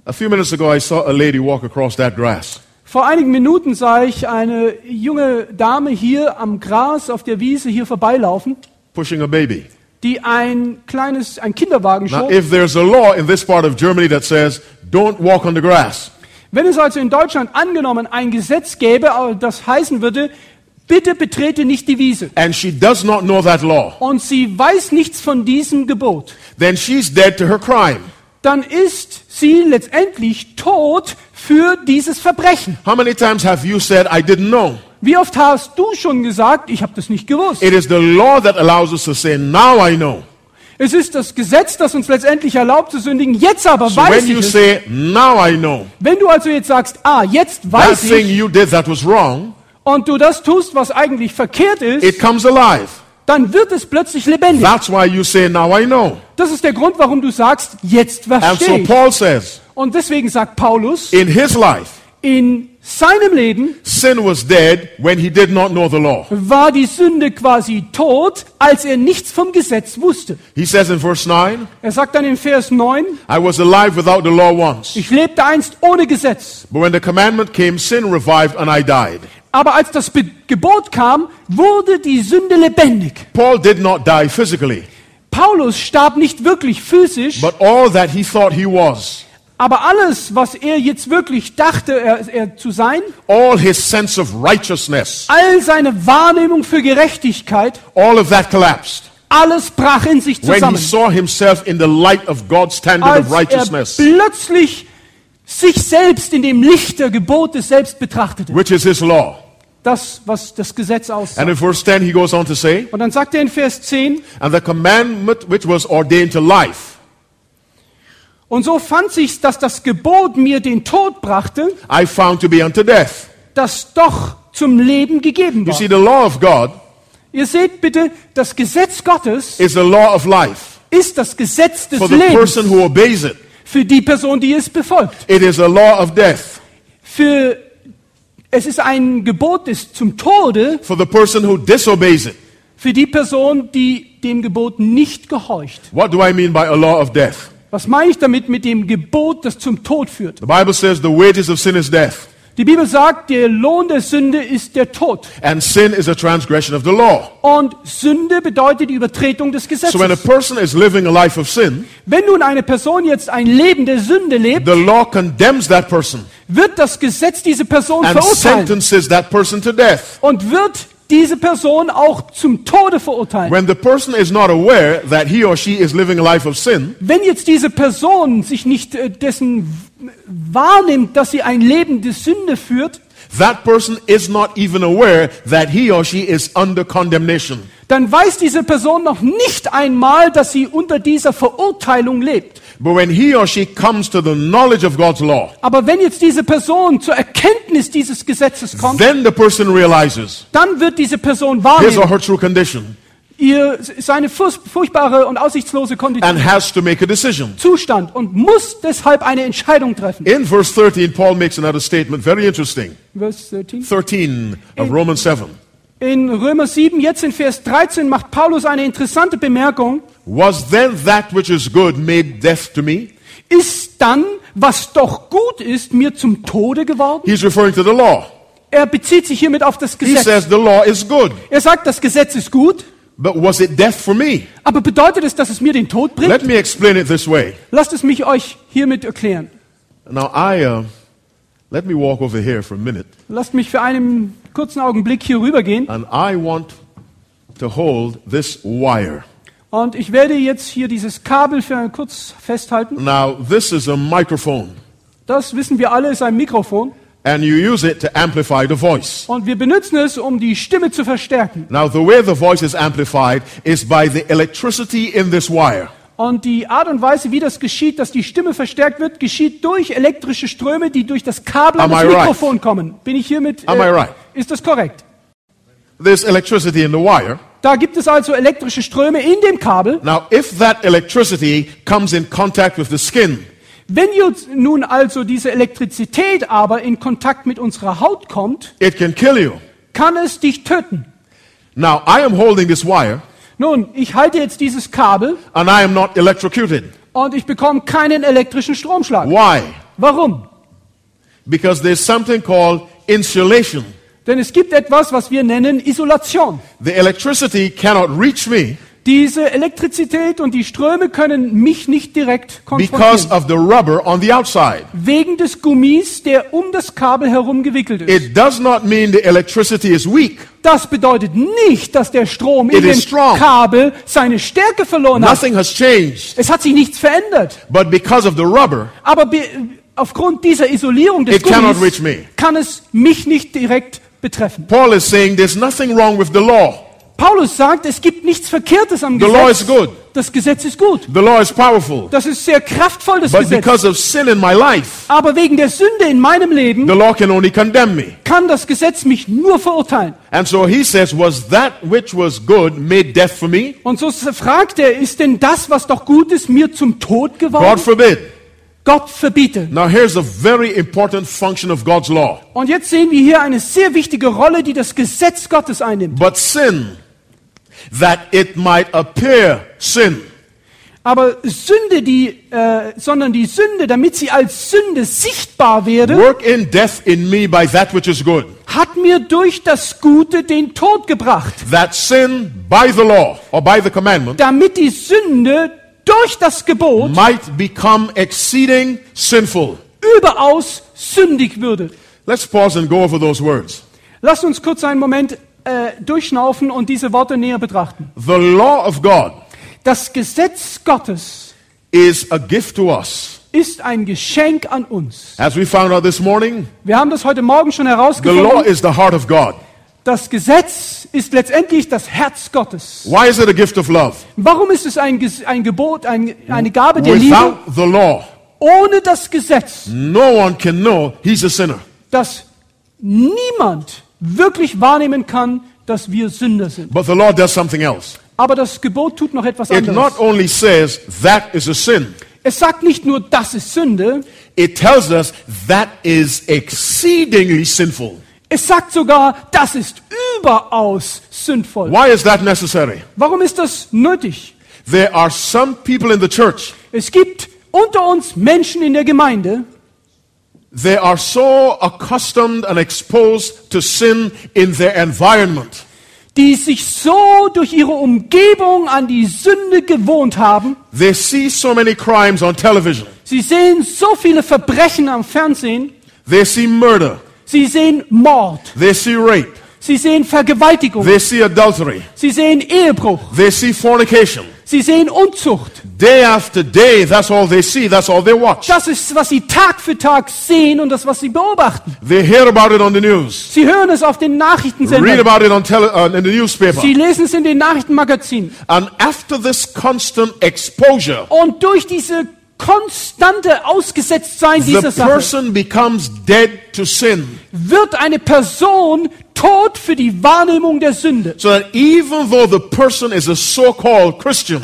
[SPEAKER 1] A few minutes ago, I saw a lady walk across that grass.
[SPEAKER 2] Vor einigen Minuten sah ich eine junge Dame hier am Gras auf der Wiese hier vorbeilaufen.
[SPEAKER 1] pushing a baby.
[SPEAKER 2] die ein kleines, ein Kinderwagen
[SPEAKER 1] Now,
[SPEAKER 2] schob.
[SPEAKER 1] if there's a law in this part of Germany that says, don't walk on the grass,
[SPEAKER 2] Wenn es also in Deutschland angenommen ein Gesetz gäbe, aber das heißen würde, bitte betrete nicht die Wiese.
[SPEAKER 1] and she does not know that law,
[SPEAKER 2] Und sie weiß nichts von diesem Gebot.
[SPEAKER 1] then she's dead to her crime.
[SPEAKER 2] Dann ist sie letztendlich tot für dieses Verbrechen.
[SPEAKER 1] How many times have you said, I didn't know?
[SPEAKER 2] Wie oft hast du schon gesagt, ich habe das nicht gewusst?
[SPEAKER 1] It is the law that allows us to say, now I know.
[SPEAKER 2] Es ist das Gesetz, das uns letztendlich erlaubt zu sündigen. Jetzt aber
[SPEAKER 1] So
[SPEAKER 2] weiß
[SPEAKER 1] when
[SPEAKER 2] ich
[SPEAKER 1] you
[SPEAKER 2] es.
[SPEAKER 1] say, now I know,
[SPEAKER 2] Wenn du also jetzt sagst, ah, jetzt
[SPEAKER 1] that
[SPEAKER 2] weiß
[SPEAKER 1] thing
[SPEAKER 2] ich,
[SPEAKER 1] you did that was wrong,
[SPEAKER 2] und du das tust, was eigentlich verkehrt ist,
[SPEAKER 1] it comes alive.
[SPEAKER 2] dann wird es plötzlich lebendig.
[SPEAKER 1] That's why you say, now I know.
[SPEAKER 2] Das ist der Grund, warum du sagst, jetzt
[SPEAKER 1] And
[SPEAKER 2] verstehe
[SPEAKER 1] so
[SPEAKER 2] ich.
[SPEAKER 1] Paul says,
[SPEAKER 2] Und deswegen sagt Paulus,
[SPEAKER 1] in his life,
[SPEAKER 2] in seinem Leben
[SPEAKER 1] sin was dead when he did not know the law.
[SPEAKER 2] war die Sünde quasi tot, als er nichts vom Gesetz wusste.
[SPEAKER 1] He says in verse 9,
[SPEAKER 2] Er sagt dann in Vers 9,
[SPEAKER 1] I was alive without the law once.
[SPEAKER 2] ich lebte einst ohne Gesetz,
[SPEAKER 1] But when the commandment came, sin revived and I died.
[SPEAKER 2] aber als das Be Gebot kam, wurde die Sünde lebendig.
[SPEAKER 1] Paul did not die physically,
[SPEAKER 2] Paulus starb nicht wirklich physisch,
[SPEAKER 1] but all that he thought he was,
[SPEAKER 2] aber alles, was er jetzt wirklich dachte, er, er zu sein,
[SPEAKER 1] all his sense of righteousness,
[SPEAKER 2] all seine Wahrnehmung für Gerechtigkeit,
[SPEAKER 1] all of that collapsed
[SPEAKER 2] alles brach in sich
[SPEAKER 1] when he
[SPEAKER 2] zusammen.
[SPEAKER 1] saw himself in the light of God's standard of
[SPEAKER 2] als
[SPEAKER 1] righteousness,
[SPEAKER 2] er plötzlich sich selbst in dem Licht der Gebote selbst betrachtete.
[SPEAKER 1] which is his law.
[SPEAKER 2] Das, was das Gesetz aussagt.
[SPEAKER 1] And in verse 10, he goes on to say,
[SPEAKER 2] Und dann sagt er in Vers 10,
[SPEAKER 1] And the commandment which was ordained to life,
[SPEAKER 2] und so fand sich's, dass das Gebot mir den Tod brachte,
[SPEAKER 1] I found to be unto death.
[SPEAKER 2] das doch zum Leben gegeben
[SPEAKER 1] You
[SPEAKER 2] war.
[SPEAKER 1] see, the law of God
[SPEAKER 2] Ihr seht bitte, das Gesetz Gottes
[SPEAKER 1] is the law of life
[SPEAKER 2] ist das Gesetz des
[SPEAKER 1] for the
[SPEAKER 2] Lebens
[SPEAKER 1] person who obeys it,
[SPEAKER 2] für die Person, die es befolgt.
[SPEAKER 1] it is a law of death
[SPEAKER 2] Für es ist ein Gebot des zum Tode
[SPEAKER 1] for the person who disobeys it.
[SPEAKER 2] für die Person, die dem Gebot nicht gehorcht.
[SPEAKER 1] What do I mean by a law of death?
[SPEAKER 2] Was meine ich damit mit dem Gebot, das zum Tod führt?
[SPEAKER 1] The Bible says the wages of sin is death,
[SPEAKER 2] Die Bibel sagt, der Lohn der Sünde ist der Tod.
[SPEAKER 1] and sin is a transgression of the law.
[SPEAKER 2] Und Sünde bedeutet die Übertretung des
[SPEAKER 1] So when a
[SPEAKER 2] Gesetzes.
[SPEAKER 1] person is living a life of sin,
[SPEAKER 2] Wenn nun eine Person jetzt ein Leben der Sünde lebt,
[SPEAKER 1] the law condemns that person
[SPEAKER 2] wird das Gesetz diese Person
[SPEAKER 1] and
[SPEAKER 2] verurteilen
[SPEAKER 1] sentences that person to death.
[SPEAKER 2] und wird diese Person auch zum Tode verurteilen.
[SPEAKER 1] When the person is not aware that he or she is living a life of sin,
[SPEAKER 2] Wenn jetzt diese Person sich nicht äh, dessen w- wahrnimmt, dass sie ein Leben der Sünde führt,
[SPEAKER 1] that person is not even aware that he or she is under condemnation.
[SPEAKER 2] dann weiß diese Person noch nicht einmal, dass sie unter dieser Verurteilung lebt.
[SPEAKER 1] But when he or she comes to the knowledge of God's law,
[SPEAKER 2] Aber wenn jetzt diese Person zur Erkenntnis dieses Gesetzes kommt,
[SPEAKER 1] then the person realizes
[SPEAKER 2] dann wird diese Person
[SPEAKER 1] his or
[SPEAKER 2] wahrnehmen,
[SPEAKER 1] her true condition
[SPEAKER 2] ihr, seine furch- furchtbare und aussichtslose
[SPEAKER 1] and
[SPEAKER 2] Kondition,
[SPEAKER 1] has to make a decision.
[SPEAKER 2] Zustand und muss deshalb eine Entscheidung treffen.
[SPEAKER 1] In verse 13, Paul makes another statement, very interesting.
[SPEAKER 2] Vers 13.
[SPEAKER 1] 13 of Romans 7.
[SPEAKER 2] In Römer 7, jetzt in Vers 13, macht Paulus eine interessante Bemerkung.
[SPEAKER 1] Was then that which is good made death to me?
[SPEAKER 2] Ist dann, was doch gut ist, mir zum Tode geworden?
[SPEAKER 1] He's referring to the law.
[SPEAKER 2] Er bezieht sich hiermit auf das
[SPEAKER 1] He
[SPEAKER 2] Gesetz.
[SPEAKER 1] says the law is good,
[SPEAKER 2] Er sagt, das Gesetz ist gut.
[SPEAKER 1] but was it death for me?
[SPEAKER 2] Aber bedeutet es, dass es mir den Tod bringt?
[SPEAKER 1] Let me explain it this way.
[SPEAKER 2] Lasst es mich euch hiermit erklären.
[SPEAKER 1] Now, I, uh, let me walk over here for a minute,
[SPEAKER 2] Lasst mich für einen kurzen Augenblick hier rübergehen.
[SPEAKER 1] and I want to hold this wire.
[SPEAKER 2] Und ich werde jetzt hier dieses Kabel für kurz festhalten.
[SPEAKER 1] Now, this is a microphone,
[SPEAKER 2] Das wissen wir alle, ist ein Mikrofon.
[SPEAKER 1] and you use it to amplify the voice.
[SPEAKER 2] Und wir benutzen es, um die Stimme zu verstärken.
[SPEAKER 1] Now, the way the voice is amplified is by the electricity in this wire.
[SPEAKER 2] Und die Art und Weise, wie das geschieht, dass die Stimme verstärkt wird, geschieht durch elektrische Ströme, die durch das Kabel
[SPEAKER 1] Am
[SPEAKER 2] an das
[SPEAKER 1] I right?
[SPEAKER 2] Mikrofon kommen. Bin ich hiermit? äh,
[SPEAKER 1] Am I right?
[SPEAKER 2] Ist das korrekt?
[SPEAKER 1] There's electricity in the wire.
[SPEAKER 2] Da gibt es also elektrische Ströme in dem Kabel.
[SPEAKER 1] Now, if that electricity comes in contact with the skin,
[SPEAKER 2] Wenn jetzt nun also diese Elektrizität aber in Kontakt mit unserer Haut kommt,
[SPEAKER 1] it can kill you.
[SPEAKER 2] kann es dich töten.
[SPEAKER 1] Now, I am holding this wire,
[SPEAKER 2] Nun, ich halte jetzt dieses Kabel
[SPEAKER 1] and I am not electrocuted.
[SPEAKER 2] und ich bekomme keinen elektrischen Stromschlag.
[SPEAKER 1] Why?
[SPEAKER 2] Warum?
[SPEAKER 1] Because there's something called insulation.
[SPEAKER 2] Denn es gibt etwas, was wir nennen Isolation.
[SPEAKER 1] The electricity cannot reach me
[SPEAKER 2] Diese Elektrizität und die Ströme können mich nicht direkt
[SPEAKER 1] because
[SPEAKER 2] konfrontieren.
[SPEAKER 1] of the rubber on the outside.
[SPEAKER 2] Wegen des Gummis, der um das Kabel herum gewickelt ist.
[SPEAKER 1] It does not mean the electricity is weak.
[SPEAKER 2] Das bedeutet nicht, dass der Strom in
[SPEAKER 1] It is
[SPEAKER 2] dem
[SPEAKER 1] strong.
[SPEAKER 2] Kabel seine Stärke verloren hat.
[SPEAKER 1] Nothing has changed.
[SPEAKER 2] Es hat sich nichts verändert.
[SPEAKER 1] But because of the rubber,
[SPEAKER 2] Aber be- aufgrund dieser Isolierung des
[SPEAKER 1] It cannot reach
[SPEAKER 2] Gummis
[SPEAKER 1] me.
[SPEAKER 2] kann es mich nicht direkt betreffen.
[SPEAKER 1] Paul is saying there's nothing wrong with the law.
[SPEAKER 2] Paulus sagt, es gibt nichts Verkehrtes am
[SPEAKER 1] The law is
[SPEAKER 2] Gesetz.
[SPEAKER 1] good.
[SPEAKER 2] Das Gesetz ist gut.
[SPEAKER 1] The law is powerful.
[SPEAKER 2] Das ist sehr kraftvoll, das
[SPEAKER 1] But
[SPEAKER 2] Gesetz.
[SPEAKER 1] because of sin in my life,
[SPEAKER 2] Aber wegen der Sünde in meinem Leben
[SPEAKER 1] the law can only condemn me.
[SPEAKER 2] kann das Gesetz mich nur verurteilen.
[SPEAKER 1] And so he says, Was that which was good made death for me?
[SPEAKER 2] Und so fragt er, ist denn das, was doch gut ist, mir zum Tod
[SPEAKER 1] God
[SPEAKER 2] geworden?
[SPEAKER 1] forbid.
[SPEAKER 2] Gott verbiete.
[SPEAKER 1] Now here's a very important function of God's law.
[SPEAKER 2] Und jetzt sehen wir hier eine sehr wichtige Rolle, die das Gesetz Gottes einnimmt.
[SPEAKER 1] But sin, that it might appear sin,
[SPEAKER 2] Aber Sünde, die, äh, sondern die Sünde, damit sie als Sünde sichtbar werde,
[SPEAKER 1] work in death in me by that which is good.
[SPEAKER 2] hat mir durch das Gute den Tod gebracht,
[SPEAKER 1] That sin by the law or by the commandment
[SPEAKER 2] damit die Sünde durch das Gebot
[SPEAKER 1] might become exceeding sinful.
[SPEAKER 2] überaus sündig würde.
[SPEAKER 1] Let's pause and go over those words.
[SPEAKER 2] Lasst uns kurz einen Moment äh, durchschnaufen und diese Worte näher betrachten.
[SPEAKER 1] The law of God
[SPEAKER 2] Das Gesetz Gottes
[SPEAKER 1] is a gift to us.
[SPEAKER 2] ist ein Geschenk an uns.
[SPEAKER 1] As we found out this morning,
[SPEAKER 2] Wir haben das heute Morgen schon
[SPEAKER 1] the law
[SPEAKER 2] herausgefunden.
[SPEAKER 1] is the heart of God.
[SPEAKER 2] Das Gesetz ist letztendlich das Herz Gottes.
[SPEAKER 1] Why is it a gift of love?
[SPEAKER 2] Warum ist es ein, Ges- ein Gebot, ein, eine Gabe der Liebe?
[SPEAKER 1] Without the law,
[SPEAKER 2] Ohne das Gesetz,
[SPEAKER 1] no one can know he's a sinner.
[SPEAKER 2] dass niemand wirklich wahrnehmen kann, dass wir Sünder sind.
[SPEAKER 1] But the law does something else.
[SPEAKER 2] Aber das Gebot tut noch etwas
[SPEAKER 1] It not
[SPEAKER 2] anderes.
[SPEAKER 1] only says that is a sin,
[SPEAKER 2] Es sagt nicht nur, das ist Sünde,
[SPEAKER 1] it tells us that is exceedingly sinful.
[SPEAKER 2] es sagt sogar, das ist überaus sündvoll.
[SPEAKER 1] Why is that necessary?
[SPEAKER 2] Warum ist das nötig?
[SPEAKER 1] There are some people in the church
[SPEAKER 2] Es gibt unter uns Menschen in der Gemeinde,
[SPEAKER 1] They are so accustomed and exposed to sin in their environment
[SPEAKER 2] die sich so durch ihre Umgebung an die Sünde gewohnt haben.
[SPEAKER 1] They see so many crimes on television.
[SPEAKER 2] Sie sehen so viele Verbrechen am Fernsehen.
[SPEAKER 1] They see murder.
[SPEAKER 2] Sie sehen Mord.
[SPEAKER 1] They see rape.
[SPEAKER 2] Sie sehen Vergewaltigung.
[SPEAKER 1] They see adultery.
[SPEAKER 2] Sie sehen Ehebruch.
[SPEAKER 1] They see fornication.
[SPEAKER 2] Sie sehen Unzucht.
[SPEAKER 1] Day after day, that's all they see. That's all they watch.
[SPEAKER 2] Das ist, was sie Tag für Tag sehen und das, was sie beobachten.
[SPEAKER 1] They hear about it on the news.
[SPEAKER 2] Sie hören es auf den
[SPEAKER 1] Read
[SPEAKER 2] Nachrichtensendern.
[SPEAKER 1] about it on tele- uh, in the newspaper.
[SPEAKER 2] Sie lesen es in den Nachrichtenmagazinen.
[SPEAKER 1] And after this constant exposure,
[SPEAKER 2] Und durch diese konstante Ausgesetztsein dieser
[SPEAKER 1] the
[SPEAKER 2] Sache
[SPEAKER 1] person becomes dead to sin.
[SPEAKER 2] wird eine Person tot für die Wahrnehmung der Sünde.
[SPEAKER 1] So that even though the person is a so-called Christian,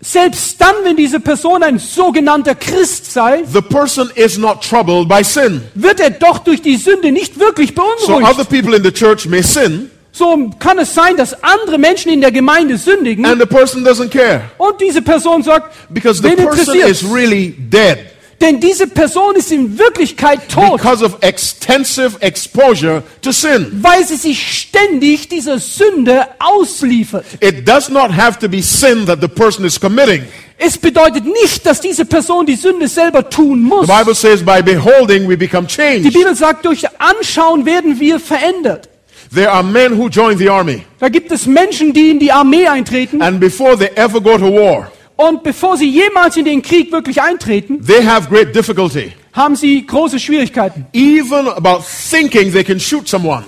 [SPEAKER 2] Selbst dann, wenn diese Person ein sogenannter Christ sei,
[SPEAKER 1] the person is not troubled by sin.
[SPEAKER 2] wird er doch durch die Sünde nicht wirklich
[SPEAKER 1] So other
[SPEAKER 2] beunruhigt.
[SPEAKER 1] people in the church may sin,
[SPEAKER 2] So kann es sein, dass andere Menschen in der Gemeinde sündigen
[SPEAKER 1] and the person doesn't care
[SPEAKER 2] und diese Person sagt,
[SPEAKER 1] because the
[SPEAKER 2] wen
[SPEAKER 1] person is
[SPEAKER 2] interessiert
[SPEAKER 1] really dead
[SPEAKER 2] Denn diese Person ist in Wirklichkeit tot,
[SPEAKER 1] because of extensive exposure to sin.
[SPEAKER 2] weil sie sich ständig dieser Sünde ausliefert.
[SPEAKER 1] It does not have to be sin that the person is committing.
[SPEAKER 2] Es bedeutet nicht, dass diese Person die Sünde selber tun
[SPEAKER 1] The
[SPEAKER 2] muss.
[SPEAKER 1] Bible says, by beholding, we become
[SPEAKER 2] Die
[SPEAKER 1] changed.
[SPEAKER 2] Bibel sagt, durch Anschauen werden wir verändert.
[SPEAKER 1] There are men who join the army,
[SPEAKER 2] Da gibt es Menschen, die in die Armee eintreten
[SPEAKER 1] and before they ever go to war,
[SPEAKER 2] Und bevor sie jemals in den Krieg wirklich eintreten,
[SPEAKER 1] they have great difficulty,
[SPEAKER 2] haben sie große Schwierigkeiten.
[SPEAKER 1] even about thinking they can shoot someone.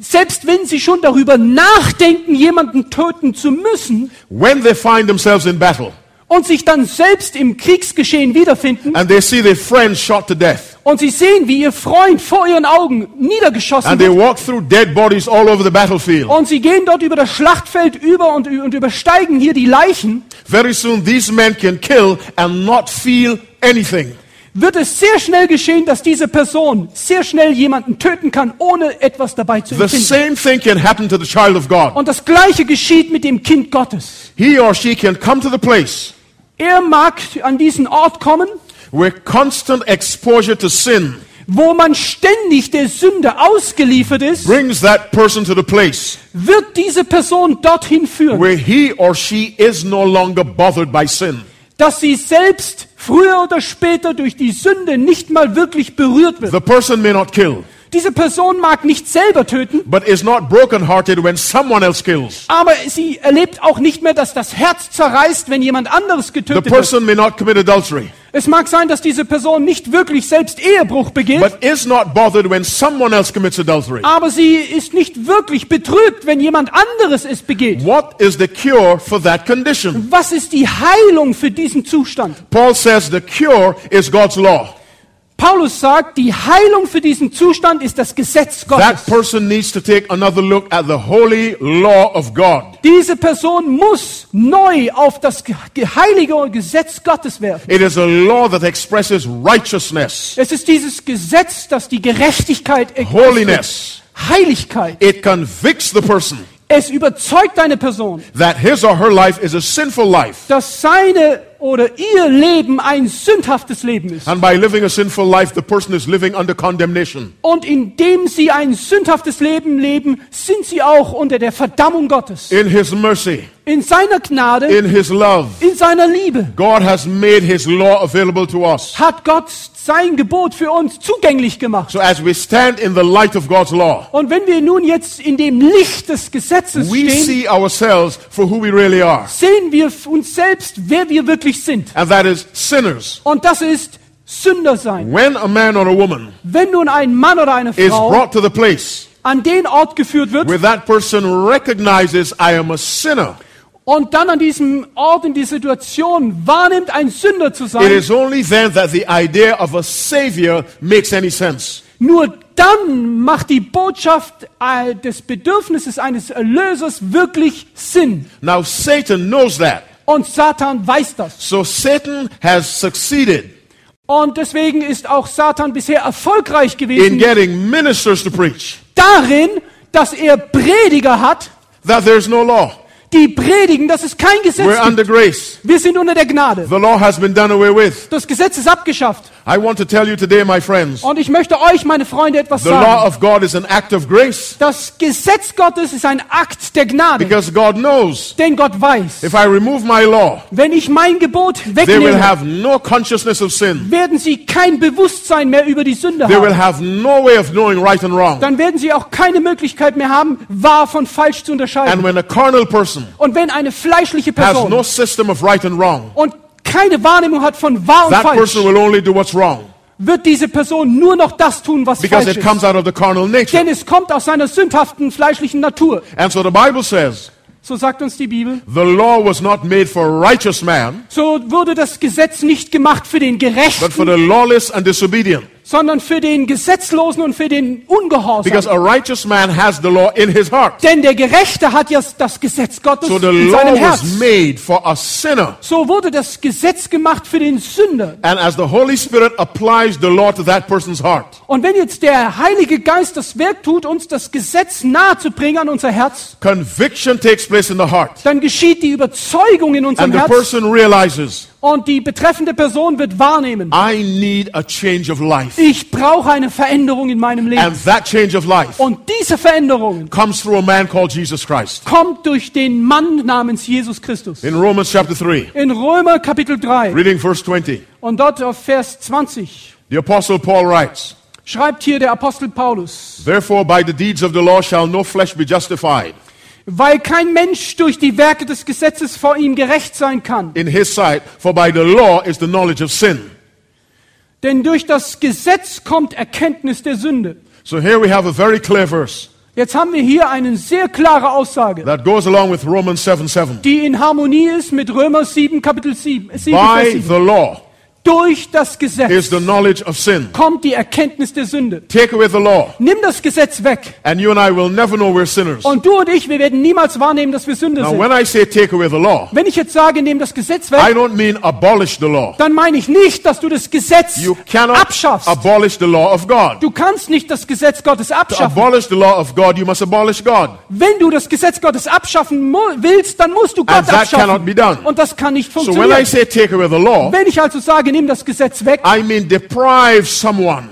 [SPEAKER 2] Selbst wenn sie schon darüber nachdenken, jemanden töten zu müssen
[SPEAKER 1] When they find themselves in battle
[SPEAKER 2] und sich dann selbst im Kriegsgeschehen wiederfinden
[SPEAKER 1] and they see their friends shot to death,
[SPEAKER 2] und sie sehen, wie ihr Freund vor ihren Augen niedergeschossen
[SPEAKER 1] and they
[SPEAKER 2] wird
[SPEAKER 1] walk through dead bodies all over the battlefield,
[SPEAKER 2] und sie gehen dort über das Schlachtfeld über und, und übersteigen hier die Leichen,
[SPEAKER 1] very soon these men can kill and not feel anything.
[SPEAKER 2] wird es sehr schnell geschehen, dass diese Person sehr schnell jemanden töten kann, ohne etwas dabei zu
[SPEAKER 1] The
[SPEAKER 2] empfinden.
[SPEAKER 1] same thing can happen to the child of God.
[SPEAKER 2] Und das Gleiche geschieht mit dem Kind Gottes.
[SPEAKER 1] He or she can come to the place
[SPEAKER 2] Er mag an diesen Ort kommen,
[SPEAKER 1] where constant exposure to sin
[SPEAKER 2] wo man ständig der Sünde ausgeliefert ist,
[SPEAKER 1] brings that person to the place
[SPEAKER 2] wird diese Person dorthin führen,
[SPEAKER 1] where he or she is no longer bothered by sin.
[SPEAKER 2] dass sie selbst früher oder später durch die Sünde nicht mal wirklich berührt wird.
[SPEAKER 1] The person may not kill,
[SPEAKER 2] Diese Person mag nicht selber töten,
[SPEAKER 1] but is not brokenhearted when someone else kills.
[SPEAKER 2] aber sie erlebt auch nicht mehr, dass das Herz zerreißt, wenn jemand anderes
[SPEAKER 1] The
[SPEAKER 2] getötet wird.
[SPEAKER 1] person may not commit adultery,
[SPEAKER 2] Es mag sein, dass diese Person nicht wirklich selbst Ehebruch begeht,
[SPEAKER 1] but is not bothered when someone else commits adultery.
[SPEAKER 2] aber sie ist nicht wirklich betrübt, wenn jemand anderes es begeht.
[SPEAKER 1] What is the cure for that condition?
[SPEAKER 2] Was ist die Heilung für diesen Zustand?
[SPEAKER 1] Paul says the cure is God's law.
[SPEAKER 2] Paulus sagt, die Heilung für diesen Zustand ist das Gesetz
[SPEAKER 1] That
[SPEAKER 2] Gottes.
[SPEAKER 1] person needs to take another look at the holy law of God.
[SPEAKER 2] Diese Person muss neu auf das ge- heilige Gesetz Gottes werfen.
[SPEAKER 1] It is a law that expresses righteousness,
[SPEAKER 2] Es ist dieses Gesetz, das die Gerechtigkeit ergreift.
[SPEAKER 1] holiness.
[SPEAKER 2] Heiligkeit.
[SPEAKER 1] It convicts the person
[SPEAKER 2] Es überzeugt eine Person,
[SPEAKER 1] that his or her life is a sinful life.
[SPEAKER 2] dass seine oder ihr Leben ein sündhaftes Leben ist.
[SPEAKER 1] And by living a sinful life, the person is living under condemnation.
[SPEAKER 2] Und indem sie ein sündhaftes Leben leben, sind sie auch unter der Verdammung Gottes.
[SPEAKER 1] In his mercy,
[SPEAKER 2] In seiner Gnade,
[SPEAKER 1] in his love,
[SPEAKER 2] in seiner Liebe.
[SPEAKER 1] God has made his law available to us.
[SPEAKER 2] hat Gott sein Gebot für uns zugänglich gemacht.
[SPEAKER 1] So as we stand in the light of God's law,
[SPEAKER 2] Und wenn wir nun jetzt in dem Licht des Gesetzes
[SPEAKER 1] we
[SPEAKER 2] stehen,
[SPEAKER 1] see ourselves for who we really are.
[SPEAKER 2] sehen wir f- uns selbst, wer wir wirklich sind.
[SPEAKER 1] And that is sinners.
[SPEAKER 2] Und das ist Sünder sein.
[SPEAKER 1] When a man or a woman
[SPEAKER 2] Wenn nun ein Mann oder eine
[SPEAKER 1] is
[SPEAKER 2] Frau
[SPEAKER 1] brought to the place
[SPEAKER 2] an den Ort geführt wird
[SPEAKER 1] where that person recognizes I am a sinner,
[SPEAKER 2] und dann an diesem Ort in die Situation wahrnimmt, ein Sünder zu
[SPEAKER 1] it
[SPEAKER 2] sein,
[SPEAKER 1] is only then that the idea of a savior makes any sense.
[SPEAKER 2] nur dann macht die Botschaft äh, des Bedürfnisses eines Erlösers wirklich Sinn.
[SPEAKER 1] Now Satan knows that.
[SPEAKER 2] Und Satan weiß das.
[SPEAKER 1] So Satan has succeeded
[SPEAKER 2] Und deswegen ist auch Satan bisher erfolgreich
[SPEAKER 1] in
[SPEAKER 2] gewesen
[SPEAKER 1] getting ministers to preach
[SPEAKER 2] darin, dass er Prediger hat,
[SPEAKER 1] that there's no law.
[SPEAKER 2] die predigen, dass es kein
[SPEAKER 1] We're
[SPEAKER 2] Gesetz gibt.
[SPEAKER 1] under grace.
[SPEAKER 2] Wir sind unter der Gnade.
[SPEAKER 1] The law has been done away with.
[SPEAKER 2] Das Gesetz ist abgeschafft.
[SPEAKER 1] I want to tell you today, my friends,
[SPEAKER 2] Und ich möchte euch, meine Freunde, etwas
[SPEAKER 1] the
[SPEAKER 2] sagen.
[SPEAKER 1] law of God is an act of grace
[SPEAKER 2] Das Gesetz Gottes ist ein Akt der Gnade,
[SPEAKER 1] because God knows
[SPEAKER 2] denn Gott weiß,
[SPEAKER 1] if I remove my law,
[SPEAKER 2] wenn ich mein Gebot
[SPEAKER 1] they will
[SPEAKER 2] wegnehme,
[SPEAKER 1] have no consciousness of sin.
[SPEAKER 2] werden sie kein Bewusstsein mehr über die Sünde
[SPEAKER 1] They will
[SPEAKER 2] haben.
[SPEAKER 1] have no way of knowing right and wrong.
[SPEAKER 2] Dann werden sie auch keine Möglichkeit mehr haben, wahr von falsch zu
[SPEAKER 1] And
[SPEAKER 2] unterscheiden.
[SPEAKER 1] when a carnal person
[SPEAKER 2] Und wenn eine fleischliche
[SPEAKER 1] has no
[SPEAKER 2] Person
[SPEAKER 1] system of right and wrong,
[SPEAKER 2] und keine Wahrnehmung hat von wahr und
[SPEAKER 1] that person
[SPEAKER 2] falsch,
[SPEAKER 1] will only do what's wrong
[SPEAKER 2] wird diese Person nur noch das tun, was
[SPEAKER 1] because
[SPEAKER 2] falsch
[SPEAKER 1] it comes
[SPEAKER 2] ist.
[SPEAKER 1] out of the carnal nature.
[SPEAKER 2] Denn es kommt aus seiner sündhaften fleischlichen Natur.
[SPEAKER 1] And so the Bible says
[SPEAKER 2] So sagt uns die Bibel.
[SPEAKER 1] the law was not made for a righteous man,
[SPEAKER 2] So wurde das Gesetz nicht gemacht für den
[SPEAKER 1] but for
[SPEAKER 2] Gerechten,
[SPEAKER 1] the lawless and disobedient.
[SPEAKER 2] sondern für den Gesetzlosen und für den
[SPEAKER 1] Because
[SPEAKER 2] Ungehorsam.
[SPEAKER 1] a righteous man has the law in his heart.
[SPEAKER 2] Denn der Gerechte hat ja das Gesetz Gottes
[SPEAKER 1] So the
[SPEAKER 2] in
[SPEAKER 1] law
[SPEAKER 2] seinem Herz.
[SPEAKER 1] was made for a sinner.
[SPEAKER 2] So wurde das Gesetz gemacht für den Sünder.
[SPEAKER 1] And as the Holy Spirit applies the law to that person's heart,
[SPEAKER 2] Und wenn jetzt der Heilige Geist das Werk tut, uns das Gesetz nahe zu bringen an unser Herz,
[SPEAKER 1] conviction takes place in the heart.
[SPEAKER 2] dann geschieht die Überzeugung in unserem
[SPEAKER 1] And the
[SPEAKER 2] Herz
[SPEAKER 1] person realizes,
[SPEAKER 2] und die betreffende Person wird wahrnehmen,
[SPEAKER 1] I need a change of life.
[SPEAKER 2] ich brauche eine Veränderung in meinem
[SPEAKER 1] And
[SPEAKER 2] Leben.
[SPEAKER 1] that change of life
[SPEAKER 2] Und diese Veränderung
[SPEAKER 1] comes through a man called Jesus Christ.
[SPEAKER 2] kommt durch den Mann namens Jesus Christus.
[SPEAKER 1] In Romans chapter 3,
[SPEAKER 2] In Römer Kapitel 3
[SPEAKER 1] reading verse 20,
[SPEAKER 2] und dort auf Vers 20
[SPEAKER 1] the Apostle Paul writes,
[SPEAKER 2] schreibt hier der Apostel Paulus,
[SPEAKER 1] Therefore by the deeds of the law shall no flesh be justified.
[SPEAKER 2] weil kein Mensch durch die Werke des Gesetzes vor ihm gerecht sein kann.
[SPEAKER 1] in his sight, for by the law is the knowledge of sin.
[SPEAKER 2] Denn durch das Gesetz kommt Erkenntnis der Sünde.
[SPEAKER 1] So here we have a very clear verse
[SPEAKER 2] Jetzt haben wir hier eine sehr klare Aussage,
[SPEAKER 1] that goes along with Romans 7 7.
[SPEAKER 2] die in Harmonie ist mit Römer 7, Kapitel 7. 7, Vers
[SPEAKER 1] By
[SPEAKER 2] 7.
[SPEAKER 1] the law
[SPEAKER 2] Durch das
[SPEAKER 1] is
[SPEAKER 2] Gesetz
[SPEAKER 1] the knowledge of sin.
[SPEAKER 2] kommt die Erkenntnis der Sünde.
[SPEAKER 1] Take away the law,
[SPEAKER 2] Nimm das Gesetz weg.
[SPEAKER 1] and you and I will never know we're sinners.
[SPEAKER 2] Und du und ich, wir werden niemals wahrnehmen, dass wir Sünder
[SPEAKER 1] Now,
[SPEAKER 2] sind.
[SPEAKER 1] when I say take away the law,
[SPEAKER 2] Wenn ich jetzt sage, nimm das Gesetz
[SPEAKER 1] I
[SPEAKER 2] weg,
[SPEAKER 1] don't mean abolish the law.
[SPEAKER 2] dann meine ich nicht, dass du das Gesetz
[SPEAKER 1] You cannot
[SPEAKER 2] abschaffst.
[SPEAKER 1] abolish the law of God.
[SPEAKER 2] Du kannst nicht das Gesetz Gottes
[SPEAKER 1] To
[SPEAKER 2] abschaffen.
[SPEAKER 1] abolish the law of God, you must abolish God.
[SPEAKER 2] Wenn du das Gesetz Gottes abschaffen mu- willst, dann musst du Gott
[SPEAKER 1] that
[SPEAKER 2] abschaffen.
[SPEAKER 1] cannot be done.
[SPEAKER 2] Und das kann nicht
[SPEAKER 1] So when I
[SPEAKER 2] funktionieren.
[SPEAKER 1] say take away the law,
[SPEAKER 2] Wenn ich also sage, nimm das Gesetz weg,
[SPEAKER 1] I mean deprive someone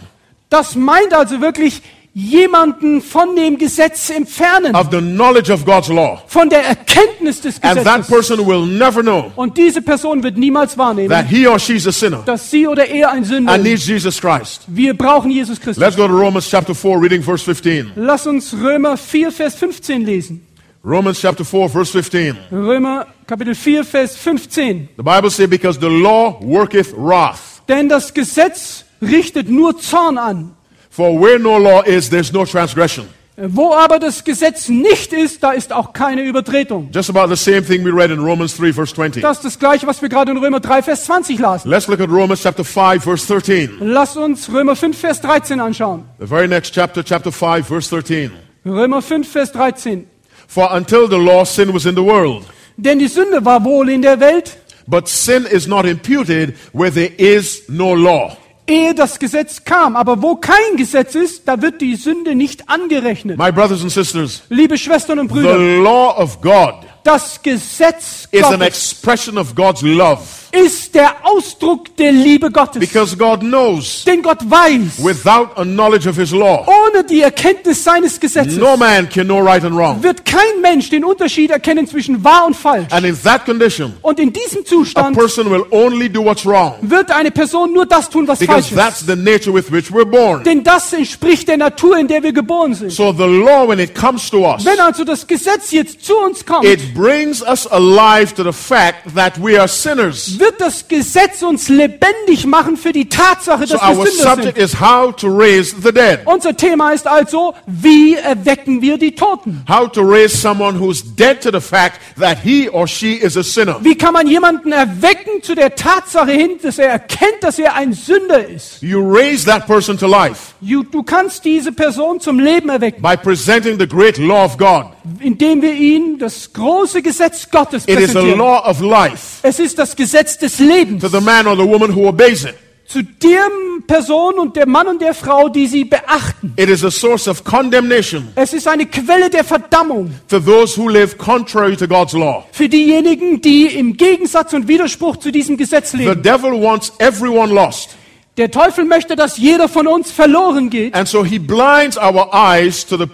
[SPEAKER 2] das meint also wirklich jemanden von dem Gesetz entfernen,
[SPEAKER 1] of the knowledge of God's law.
[SPEAKER 2] von der Erkenntnis des
[SPEAKER 1] And that
[SPEAKER 2] Gesetzes.
[SPEAKER 1] person will never know
[SPEAKER 2] Und diese Person wird niemals wahrnehmen,
[SPEAKER 1] that he or she is a sinner
[SPEAKER 2] dass sie oder er ein Sünder
[SPEAKER 1] and
[SPEAKER 2] ist.
[SPEAKER 1] needs Jesus Christ.
[SPEAKER 2] Wir brauchen Jesus Christus.
[SPEAKER 1] Let's go to Romans chapter 4, reading verse 15.
[SPEAKER 2] Lass uns Römer 4, Vers 15 lesen.
[SPEAKER 1] Romans chapter 4, verse 15.
[SPEAKER 2] Römer Kapitel 4, Vers 15.
[SPEAKER 1] The Bible says, Because the law worketh wrath.
[SPEAKER 2] Denn das Gesetz richtet nur Zorn an.
[SPEAKER 1] For where no law is, there's no transgression.
[SPEAKER 2] Wo aber das Gesetz nicht ist, da ist auch keine Übertretung.
[SPEAKER 1] Just about the same thing we read in Romans 3, verse 20.
[SPEAKER 2] Das ist das gleiche, was wir gerade in Römer 3, Vers 20 lasen.
[SPEAKER 1] Let's look at Romans chapter 5, verse 13.
[SPEAKER 2] Lass uns Römer 5, Vers 13 anschauen.
[SPEAKER 1] The very next chapter, chapter 5, verse 13.
[SPEAKER 2] Römer 5, Vers 13.
[SPEAKER 1] For until the law, sin was in the world.
[SPEAKER 2] Denn die Sünde war wohl in der Welt,
[SPEAKER 1] But sin is not imputed where there is no law.
[SPEAKER 2] ehe das Gesetz kam. Aber wo kein Gesetz ist, da wird die Sünde nicht angerechnet.
[SPEAKER 1] My brothers and sisters,
[SPEAKER 2] Liebe Schwestern und
[SPEAKER 1] the
[SPEAKER 2] Brüder,
[SPEAKER 1] law of God
[SPEAKER 2] das Gesetz
[SPEAKER 1] is an
[SPEAKER 2] Gottes
[SPEAKER 1] expression of God's love
[SPEAKER 2] ist der Ausdruck der Liebe Gottes.
[SPEAKER 1] because God knows
[SPEAKER 2] Denn Gott weiß,
[SPEAKER 1] without a knowledge of his law
[SPEAKER 2] ohne die Erkenntnis seines Gesetzes
[SPEAKER 1] no man can know right and wrong
[SPEAKER 2] wird kein Mensch den Unterschied erkennen zwischen wahr und falsch.
[SPEAKER 1] and in that condition
[SPEAKER 2] Und in diesem
[SPEAKER 1] a
[SPEAKER 2] Zustand
[SPEAKER 1] person will only do what's wrong
[SPEAKER 2] wird eine Person nur das tun, was
[SPEAKER 1] because
[SPEAKER 2] falsch ist.
[SPEAKER 1] that's the nature with which we're born
[SPEAKER 2] Denn das entspricht der Natur, in der wir geboren sind.
[SPEAKER 1] so the law when it comes to us
[SPEAKER 2] Wenn also das Gesetz jetzt zu uns kommt,
[SPEAKER 1] it brings us alive to the fact that we are sinners
[SPEAKER 2] wird das Gesetz uns lebendig machen für die Tatsache,
[SPEAKER 1] so
[SPEAKER 2] dass wir
[SPEAKER 1] our
[SPEAKER 2] Sünder sind.
[SPEAKER 1] subject is how to raise the dead
[SPEAKER 2] Unser Thema ist also, wie erwecken wir die Toten?
[SPEAKER 1] how to raise someone who's dead to the fact that he or she is a sinner
[SPEAKER 2] Wie kann man jemanden erwecken zu der Tatsache hin, dass er erkennt, dass er ein Sünder ist?
[SPEAKER 1] you raise that person to life
[SPEAKER 2] Du- Du kannst diese Person zum Leben erwecken.
[SPEAKER 1] by presenting the great law of God.
[SPEAKER 2] indem wir ihnen das große Gesetz Gottes
[SPEAKER 1] It is a
[SPEAKER 2] präsentieren.
[SPEAKER 1] law of life
[SPEAKER 2] Es ist das Gesetz des Lebens
[SPEAKER 1] to the man or the woman who obeys it.
[SPEAKER 2] zu der Person und der Mann und der Frau, die sie beachten.
[SPEAKER 1] It is a source of condemnation
[SPEAKER 2] Es ist eine Quelle der Verdammung
[SPEAKER 1] for those who live contrary to God's law.
[SPEAKER 2] für diejenigen, die im Gegensatz und Widerspruch zu diesem Gesetz
[SPEAKER 1] The
[SPEAKER 2] leben.
[SPEAKER 1] devil wants everyone lost.
[SPEAKER 2] Der Teufel möchte, dass jeder von uns verloren geht.
[SPEAKER 1] And so he blinds our eyes to the,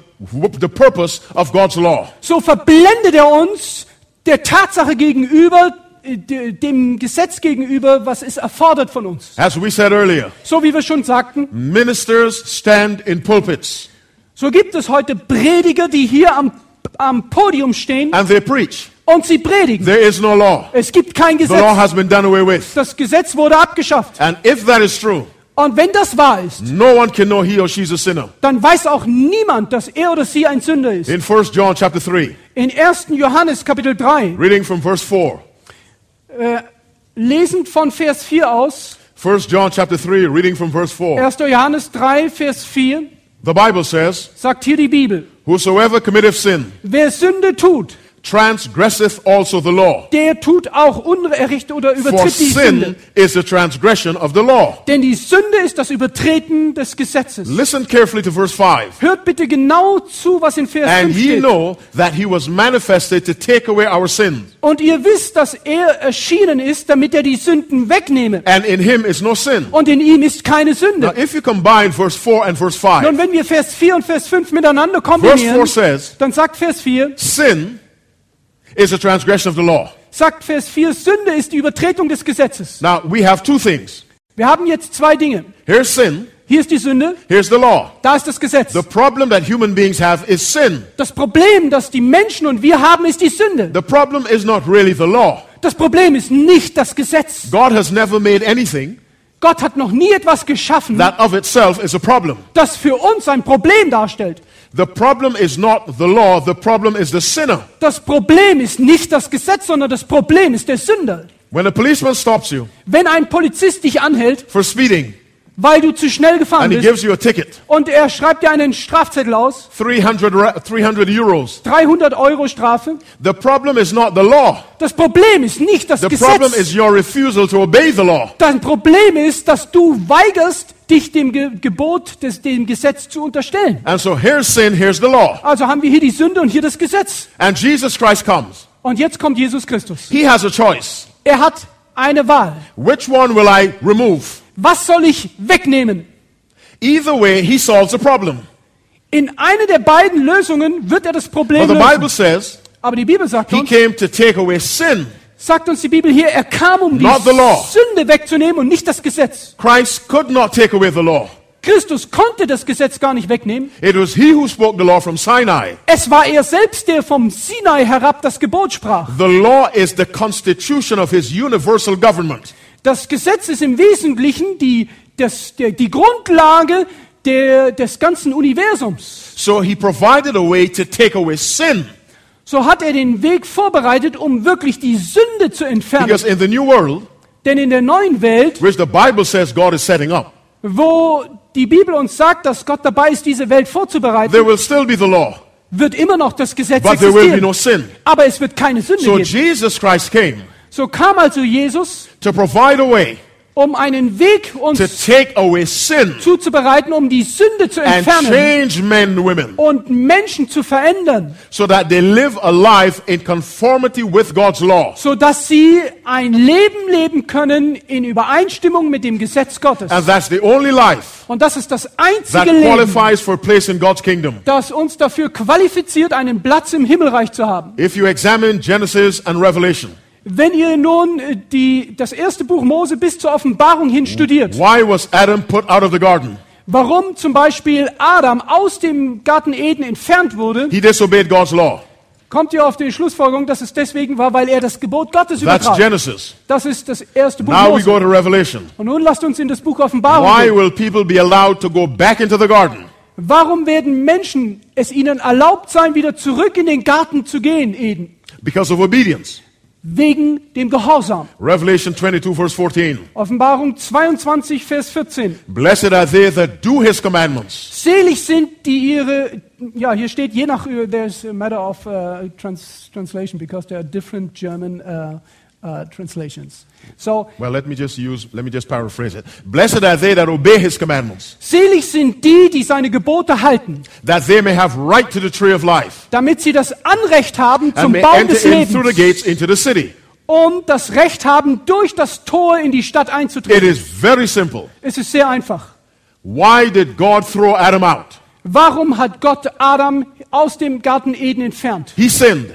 [SPEAKER 1] the purpose of God's law.
[SPEAKER 2] So verblendet er uns der Tatsache gegenüber, äh, de- dem Gesetz gegenüber, was es erfordert von uns.
[SPEAKER 1] As we said earlier,
[SPEAKER 2] So wie wir schon sagten,
[SPEAKER 1] ministers stand in pulpits
[SPEAKER 2] so gibt es heute Prediger, die hier am, am Podium stehen
[SPEAKER 1] and they preach.
[SPEAKER 2] und sie predigen.
[SPEAKER 1] There is no law.
[SPEAKER 2] Es gibt kein
[SPEAKER 1] The law
[SPEAKER 2] Gesetz.
[SPEAKER 1] has been done away with.
[SPEAKER 2] Das Gesetz wurde abgeschafft.
[SPEAKER 1] And if that is true,
[SPEAKER 2] Und wenn das wahr ist,
[SPEAKER 1] no one can know he or she's a sinner.
[SPEAKER 2] dann weiß auch niemand, dass er oder sie ein Sünder ist.
[SPEAKER 1] In 1 John chapter 3,
[SPEAKER 2] In 1. Johannes Kapitel 3,
[SPEAKER 1] reading from verse 4.
[SPEAKER 2] lesend von Vers 4 aus,
[SPEAKER 1] 1 John chapter 3, reading from verse 4.
[SPEAKER 2] 1. Johannes 3, Vers 4,
[SPEAKER 1] The Bible says,
[SPEAKER 2] sagt hier die Bibel,
[SPEAKER 1] Whosoever committeth sin
[SPEAKER 2] wer Sünde tut,
[SPEAKER 1] transgresseth also the law.
[SPEAKER 2] der tut auch Unrecht oder
[SPEAKER 1] For
[SPEAKER 2] übertritt die Sünde.
[SPEAKER 1] sin is the transgression of the law.
[SPEAKER 2] Denn die Sünde ist das Übertreten des Gesetzes.
[SPEAKER 1] Listen carefully to verse 5.
[SPEAKER 2] Hört bitte genau zu, was in Vers
[SPEAKER 1] And
[SPEAKER 2] 5
[SPEAKER 1] ye
[SPEAKER 2] steht.
[SPEAKER 1] know that he was manifested to take away our sins,
[SPEAKER 2] Und ihr wisst, dass er erschienen ist, damit er die Sünden wegnehme.
[SPEAKER 1] and in him is no sin.
[SPEAKER 2] Und in ihm ist keine
[SPEAKER 1] Now,
[SPEAKER 2] Sünde.
[SPEAKER 1] if you combine verse 4 and verse 5,
[SPEAKER 2] Nun, wenn wir Vers 4 und Vers 5 miteinander
[SPEAKER 1] verse 4
[SPEAKER 2] kombinieren,
[SPEAKER 1] says,
[SPEAKER 2] dann sagt Vers 4,
[SPEAKER 1] Sin is a transgression of the law.
[SPEAKER 2] sagt Vers 4, Sünde ist die Übertretung des Gesetzes.
[SPEAKER 1] Now, we have two things
[SPEAKER 2] Wir haben jetzt zwei Dinge.
[SPEAKER 1] here's sin,
[SPEAKER 2] Hier ist die Sünde,
[SPEAKER 1] here's the law.
[SPEAKER 2] da ist das Gesetz.
[SPEAKER 1] The problem that human beings have is sin.
[SPEAKER 2] Das Problem, das die Menschen und wir haben, ist die Sünde.
[SPEAKER 1] The problem is not really the law.
[SPEAKER 2] Das Problem ist nicht das Gesetz.
[SPEAKER 1] God has never made anything
[SPEAKER 2] Gott hat noch nie etwas geschaffen,
[SPEAKER 1] that of itself is a problem.
[SPEAKER 2] das für uns ein Problem darstellt.
[SPEAKER 1] The problem is not the law, the problem is the sinner.
[SPEAKER 2] Das Problem ist nicht das Gesetz, sondern das Problem ist der Sünder.
[SPEAKER 1] When a policeman stops you
[SPEAKER 2] Wenn ein Polizist dich anhält,
[SPEAKER 1] for speeding
[SPEAKER 2] weil du zu schnell gefahren
[SPEAKER 1] and he
[SPEAKER 2] bist
[SPEAKER 1] gives you a ticket,
[SPEAKER 2] und er schreibt dir einen Strafzettel aus,
[SPEAKER 1] 300, ra- 300 euros,
[SPEAKER 2] 300 Euro Strafe,
[SPEAKER 1] the problem is not the law.
[SPEAKER 2] das Problem ist nicht das
[SPEAKER 1] The problem
[SPEAKER 2] Gesetz.
[SPEAKER 1] is your refusal to obey the law.
[SPEAKER 2] Das Problem ist, dass du weigerst, dich dem Ge Gebot, des, dem Gesetz zu unterstellen.
[SPEAKER 1] And so here's sin, here's the law.
[SPEAKER 2] Also haben wir hier die Sünde und hier das Gesetz.
[SPEAKER 1] And Jesus Christ comes.
[SPEAKER 2] Und jetzt kommt Jesus Christus.
[SPEAKER 1] He has a choice.
[SPEAKER 2] Er hat eine Wahl.
[SPEAKER 1] Which one will I remove?
[SPEAKER 2] Was soll ich wegnehmen?
[SPEAKER 1] Either way, he solves the problem.
[SPEAKER 2] In einer der beiden Lösungen wird er das
[SPEAKER 1] But
[SPEAKER 2] Problem
[SPEAKER 1] the Bible
[SPEAKER 2] lösen.
[SPEAKER 1] says
[SPEAKER 2] Aber die Bibel sagt
[SPEAKER 1] he
[SPEAKER 2] uns,
[SPEAKER 1] came to take away sin.
[SPEAKER 2] sagt uns die Bibel hier, er kam, um die
[SPEAKER 1] Not the law.
[SPEAKER 2] Sünde wegzunehmen und nicht das Gesetz.
[SPEAKER 1] Christ could not take away the law.
[SPEAKER 2] Christus konnte das Gesetz gar nicht wegnehmen.
[SPEAKER 1] It was he who spoke the law from Sinai.
[SPEAKER 2] Es war er selbst, der vom Sinai herab das Gebot sprach.
[SPEAKER 1] The law is the constitution of his universal government.
[SPEAKER 2] Das Gesetz ist im Wesentlichen die, das, der, die Grundlage der, des ganzen Universums.
[SPEAKER 1] So he provided a way to take away sin.
[SPEAKER 2] So hat er den Weg vorbereitet, um wirklich die Sünde zu entfernen.
[SPEAKER 1] Because in the new world,
[SPEAKER 2] Denn in der neuen Welt,
[SPEAKER 1] which the Bible says God is setting up,
[SPEAKER 2] wo die Bibel uns sagt, dass Gott dabei ist, diese Welt
[SPEAKER 1] there
[SPEAKER 2] vorzubereiten,
[SPEAKER 1] will still be the law,
[SPEAKER 2] wird immer noch das Gesetz
[SPEAKER 1] but there will be no
[SPEAKER 2] existieren.
[SPEAKER 1] sin.
[SPEAKER 2] Aber es wird keine Sünde
[SPEAKER 1] So
[SPEAKER 2] geben.
[SPEAKER 1] Jesus Christ came
[SPEAKER 2] So kam also Jesus,
[SPEAKER 1] to provide a way
[SPEAKER 2] um einen Weg
[SPEAKER 1] to
[SPEAKER 2] uns
[SPEAKER 1] take away sin
[SPEAKER 2] zuzubereiten, um die Sünde zu
[SPEAKER 1] and
[SPEAKER 2] entfernen
[SPEAKER 1] change men and women
[SPEAKER 2] und Menschen zu verändern.
[SPEAKER 1] so that they live a life in conformity with God's law.
[SPEAKER 2] so dass sie ein Leben leben können in Übereinstimmung mit dem Gesetz Gottes.
[SPEAKER 1] And that's the only life
[SPEAKER 2] Und das ist das
[SPEAKER 1] that
[SPEAKER 2] einzige Leben,
[SPEAKER 1] qualifies for a place in God's kingdom.
[SPEAKER 2] das uns dafür qualifiziert, einen Platz im Himmelreich zu haben.
[SPEAKER 1] If you examine Genesis and Revelation,
[SPEAKER 2] Wenn ihr nun äh, die, das erste Buch Mose bis zur Offenbarung hin studiert,
[SPEAKER 1] Why was Adam put out of the garden?
[SPEAKER 2] warum zum Beispiel Adam aus dem Garten Eden entfernt wurde,
[SPEAKER 1] He disobeyed God's law.
[SPEAKER 2] kommt ihr auf die Schlussfolgerung, dass es deswegen war, weil er das Gebot Gottes
[SPEAKER 1] That's
[SPEAKER 2] übertrat.
[SPEAKER 1] Genesis.
[SPEAKER 2] Das ist das erste Buch
[SPEAKER 1] Now we
[SPEAKER 2] Mose.
[SPEAKER 1] go to Revelation.
[SPEAKER 2] Und nun lasst uns in das Buch Offenbarung
[SPEAKER 1] Why
[SPEAKER 2] gehen.
[SPEAKER 1] will people be allowed to go back into the garden?
[SPEAKER 2] Warum werden Menschen es ihnen erlaubt sein, wieder zurück in den Garten zu gehen, Eden?
[SPEAKER 1] Because of obedience.
[SPEAKER 2] Wegen dem Gehorsam.
[SPEAKER 1] Revelation 22, verse 14.
[SPEAKER 2] Offenbarung 22, Vers 14.
[SPEAKER 1] Blessed are they that do his commandments,
[SPEAKER 2] Selig sind die ihre, ja, hier steht je nach, there's a matter of uh, trans, translation, because there are different German uh, uh, translations. So,
[SPEAKER 1] Well, let me just use, let me just paraphrase it. Blessed are they that obey his commandments,
[SPEAKER 2] selig sind die, die seine Gebote halten,
[SPEAKER 1] that they may have right to the tree of life,
[SPEAKER 2] damit sie das Anrecht haben
[SPEAKER 1] and
[SPEAKER 2] zum
[SPEAKER 1] may
[SPEAKER 2] Baum des
[SPEAKER 1] enter in through the gates
[SPEAKER 2] Lebens
[SPEAKER 1] into the city.
[SPEAKER 2] und das Recht haben, durch das Tor in die Stadt
[SPEAKER 1] It
[SPEAKER 2] einzutreten.
[SPEAKER 1] is very simple.
[SPEAKER 2] Es ist sehr einfach.
[SPEAKER 1] Why did God throw Adam out?
[SPEAKER 2] Warum hat Gott Adam aus dem Garten Eden entfernt?
[SPEAKER 1] He sinned.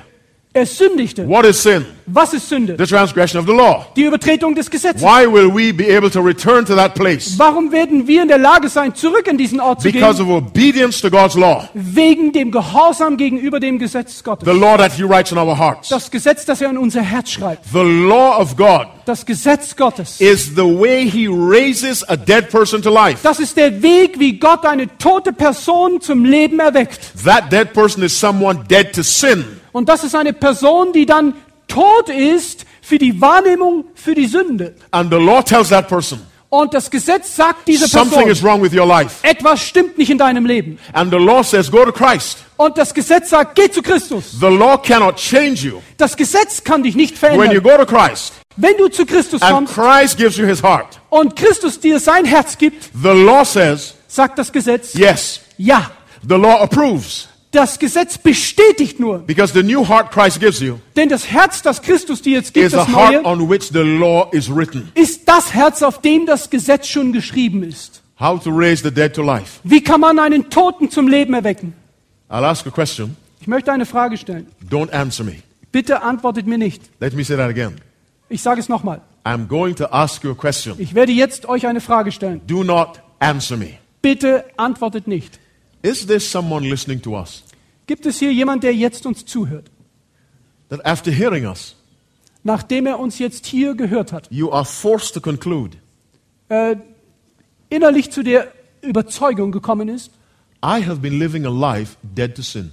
[SPEAKER 2] Er sündigte.
[SPEAKER 1] What is sin?
[SPEAKER 2] Was ist Sünde?
[SPEAKER 1] The transgression of the law.
[SPEAKER 2] Die Übertretung des Gesetzes.
[SPEAKER 1] Why will we be able to return to that place?
[SPEAKER 2] Warum werden wir in der Lage sein, zurück in diesen Ort zu
[SPEAKER 1] Because
[SPEAKER 2] gehen?
[SPEAKER 1] of obedience to God's law,
[SPEAKER 2] Wegen dem Gehorsam gegenüber dem Gesetz
[SPEAKER 1] the
[SPEAKER 2] Gottes.
[SPEAKER 1] law that He writes in our hearts.
[SPEAKER 2] Das Gesetz, das er in unser Herz schreibt.
[SPEAKER 1] The law of God
[SPEAKER 2] Das Gesetz Gottes.
[SPEAKER 1] is the way He raises a dead person to life.
[SPEAKER 2] Das ist der Weg, wie Gott eine tote Person zum Leben erweckt.
[SPEAKER 1] That dead person is someone dead to sin.
[SPEAKER 2] Und das ist eine Person, die dann tot ist für die Wahrnehmung für die Sünde.
[SPEAKER 1] And the law tells that person,
[SPEAKER 2] Und das Gesetz sagt diese
[SPEAKER 1] something
[SPEAKER 2] Person,
[SPEAKER 1] is wrong with your life.
[SPEAKER 2] etwas stimmt nicht in deinem Leben.
[SPEAKER 1] And the law says, go to Christ.
[SPEAKER 2] Und das Gesetz sagt, geh zu Christus.
[SPEAKER 1] The law cannot change you.
[SPEAKER 2] Das Gesetz kann dich nicht
[SPEAKER 1] When you
[SPEAKER 2] verändern.
[SPEAKER 1] go to Christ
[SPEAKER 2] Wenn du zu Christus
[SPEAKER 1] and
[SPEAKER 2] kommst
[SPEAKER 1] Christ gives you his heart,
[SPEAKER 2] und Christus dir sein Herz gibt,
[SPEAKER 1] the law says,
[SPEAKER 2] sagt das Gesetz,
[SPEAKER 1] yes.
[SPEAKER 2] ja.
[SPEAKER 1] The law approves
[SPEAKER 2] Das Gesetz bestätigt nur,
[SPEAKER 1] because the new heart Christ gives you
[SPEAKER 2] denn das Herz, das Christus dir jetzt
[SPEAKER 1] is
[SPEAKER 2] gibt,
[SPEAKER 1] the
[SPEAKER 2] das
[SPEAKER 1] heart
[SPEAKER 2] Neue,
[SPEAKER 1] on which the law is written.
[SPEAKER 2] ist das Herz, auf dem das Gesetz schon geschrieben ist.
[SPEAKER 1] How to raise the dead to life.
[SPEAKER 2] Wie kann man einen Toten zum Leben erwecken?
[SPEAKER 1] I'll ask a question.
[SPEAKER 2] Ich möchte eine Frage stellen.
[SPEAKER 1] Don't answer me.
[SPEAKER 2] Bitte antwortet mir nicht.
[SPEAKER 1] Let me say that again.
[SPEAKER 2] Ich sage es nochmal.
[SPEAKER 1] I'm going to ask you a question.
[SPEAKER 2] Ich werde jetzt euch eine Frage stellen.
[SPEAKER 1] Do not answer me.
[SPEAKER 2] Bitte antwortet nicht.
[SPEAKER 1] Is there someone listening to us
[SPEAKER 2] Gibt es hier jemand, der jetzt uns zuhört?
[SPEAKER 1] that after hearing us,
[SPEAKER 2] nachdem er uns jetzt hier gehört hat,
[SPEAKER 1] you are forced to conclude,
[SPEAKER 2] äh, innerlich zu der Überzeugung gekommen ist,
[SPEAKER 1] I have been living a life dead to sin.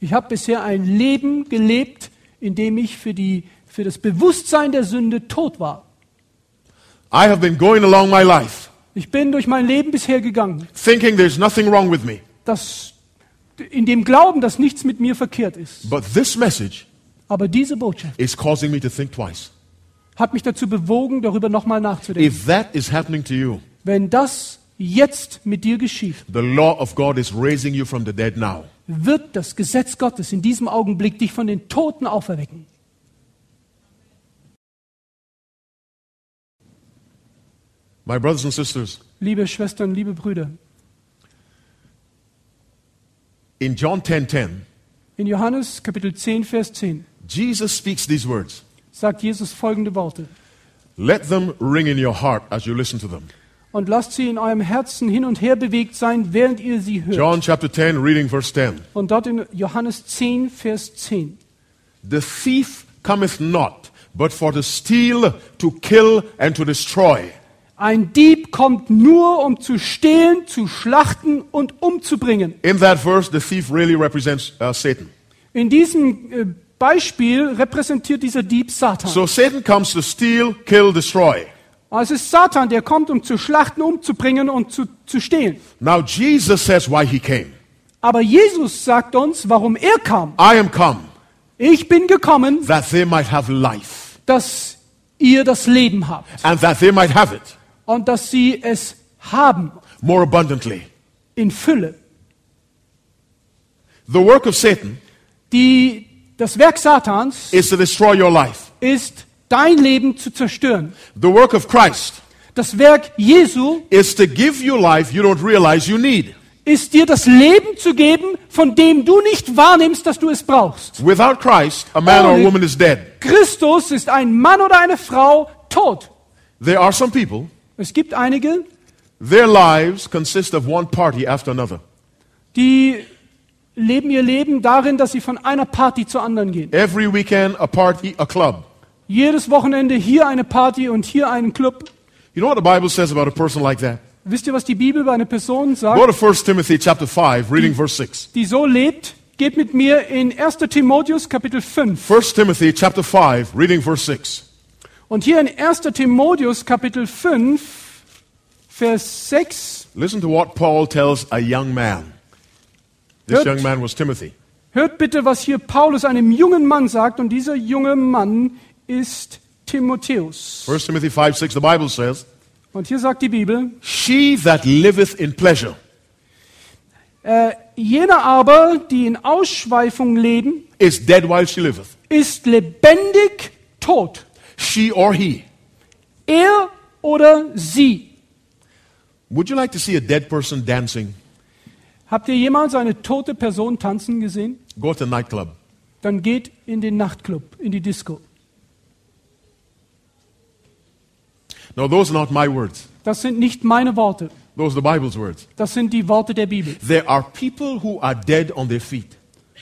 [SPEAKER 2] ich habe bisher ein Leben gelebt, in dem ich für, die, für das Bewusstsein der Sünde tot war.
[SPEAKER 1] I have been going along my life
[SPEAKER 2] Ich bin durch mein Leben bisher gegangen,
[SPEAKER 1] thinking there's nothing wrong with me.
[SPEAKER 2] das, in dem Glauben, dass nichts mit mir verkehrt ist.
[SPEAKER 1] But this message
[SPEAKER 2] Aber diese Botschaft
[SPEAKER 1] is causing me to think twice.
[SPEAKER 2] hat mich dazu bewogen, darüber nochmal nachzudenken.
[SPEAKER 1] If that is happening to you,
[SPEAKER 2] Wenn das jetzt mit dir geschieht,
[SPEAKER 1] the law of God is raising you from the dead now.
[SPEAKER 2] wird das Gesetz Gottes in diesem Augenblick dich von den Toten auferwecken.
[SPEAKER 1] My brothers and sisters,
[SPEAKER 2] Liebe Schwestern, liebe Brüder,
[SPEAKER 1] in John 10:10,
[SPEAKER 2] In Johannes Kapitel 10, Vers 10
[SPEAKER 1] Jesus speaks these words.
[SPEAKER 2] sagt Jesus folgende Worte.
[SPEAKER 1] Let them ring in your heart as you listen to them.
[SPEAKER 2] Und lasst sie in eurem Herzen hin und her bewegt sein, während ihr sie hört.
[SPEAKER 1] John chapter 10, reading verse 10.
[SPEAKER 2] Und dort in Johannes 10, Vers 10.
[SPEAKER 1] The thief cometh not, but for to steal, to kill, and to destroy.
[SPEAKER 2] Ein Dieb kommt nur, um zu stehlen, zu schlachten und umzubringen.
[SPEAKER 1] In that verse, the thief really represents uh, Satan.
[SPEAKER 2] In diesem äh, Beispiel repräsentiert dieser Dieb Satan.
[SPEAKER 1] So Satan comes to steal, kill, destroy.
[SPEAKER 2] Also es ist Satan, der kommt, um zu schlachten, umzubringen und zu, zu stehlen.
[SPEAKER 1] Now Jesus says why he came.
[SPEAKER 2] Aber Jesus sagt uns, warum er kam.
[SPEAKER 1] I am come
[SPEAKER 2] Ich bin gekommen,
[SPEAKER 1] that they might have life
[SPEAKER 2] dass ihr das Leben habt.
[SPEAKER 1] and that they might have it
[SPEAKER 2] und dass sie es haben
[SPEAKER 1] more abundantly.
[SPEAKER 2] in Fülle.
[SPEAKER 1] The work of Satan
[SPEAKER 2] Die, das Werk Satans
[SPEAKER 1] is to destroy your life.
[SPEAKER 2] ist, dein Leben zu zerstören.
[SPEAKER 1] The work of Christ
[SPEAKER 2] Das Werk Jesu
[SPEAKER 1] is to give you life you don't realize you need.
[SPEAKER 2] ist dir das Leben zu geben, von dem du nicht wahrnimmst, dass du es brauchst.
[SPEAKER 1] Without Christ, a man or a woman is dead.
[SPEAKER 2] Christus ist ein Mann oder eine Frau tot.
[SPEAKER 1] There are some people,
[SPEAKER 2] Es gibt einige,
[SPEAKER 1] their lives consist of one party after another.
[SPEAKER 2] die leben ihr Leben darin, dass sie von einer Party zur anderen gehen.
[SPEAKER 1] Every weekend, a party, a club.
[SPEAKER 2] Jedes Wochenende hier eine Party und hier einen Club.
[SPEAKER 1] You know what the Bible says about a person like that?
[SPEAKER 2] Wisst ihr, was die Bibel über eine Person sagt?
[SPEAKER 1] Go to 1 Timothy chapter 5, reading verse 6.
[SPEAKER 2] die so lebt, geht mit mir in 1. Timotheus Kapitel 5.
[SPEAKER 1] 1 Timothy chapter 5, reading verse 6.
[SPEAKER 2] Und hier in 1. Timotheus Kapitel 5, Vers 6,
[SPEAKER 1] Listen to what Paul tells a young man. This
[SPEAKER 2] Good.
[SPEAKER 1] young man was Timothy.
[SPEAKER 2] hört bitte, was hier Paulus einem jungen Mann sagt. Und dieser junge Mann ist Timotheus.
[SPEAKER 1] 1 Timothy 5 6, the Bible says,
[SPEAKER 2] Und hier sagt die Bibel,
[SPEAKER 1] She that liveth in pleasure
[SPEAKER 2] äh, jene aber, die in Ausschweifung leben,
[SPEAKER 1] is dead while she liveth.
[SPEAKER 2] ist lebendig tot.
[SPEAKER 1] She or he.
[SPEAKER 2] Er oder sie.
[SPEAKER 1] Would you like to see a dead person dancing?
[SPEAKER 2] Habt ihr jemals eine tote Person tanzen gesehen?
[SPEAKER 1] Go to a nightclub.
[SPEAKER 2] Dann geht in den Nachtclub, in die Disco.
[SPEAKER 1] No, those are not my words.
[SPEAKER 2] Das sind nicht meine Worte,
[SPEAKER 1] Those are the Bible's words.
[SPEAKER 2] das sind die Worte der Bibel.
[SPEAKER 1] There are people who are dead on their feet.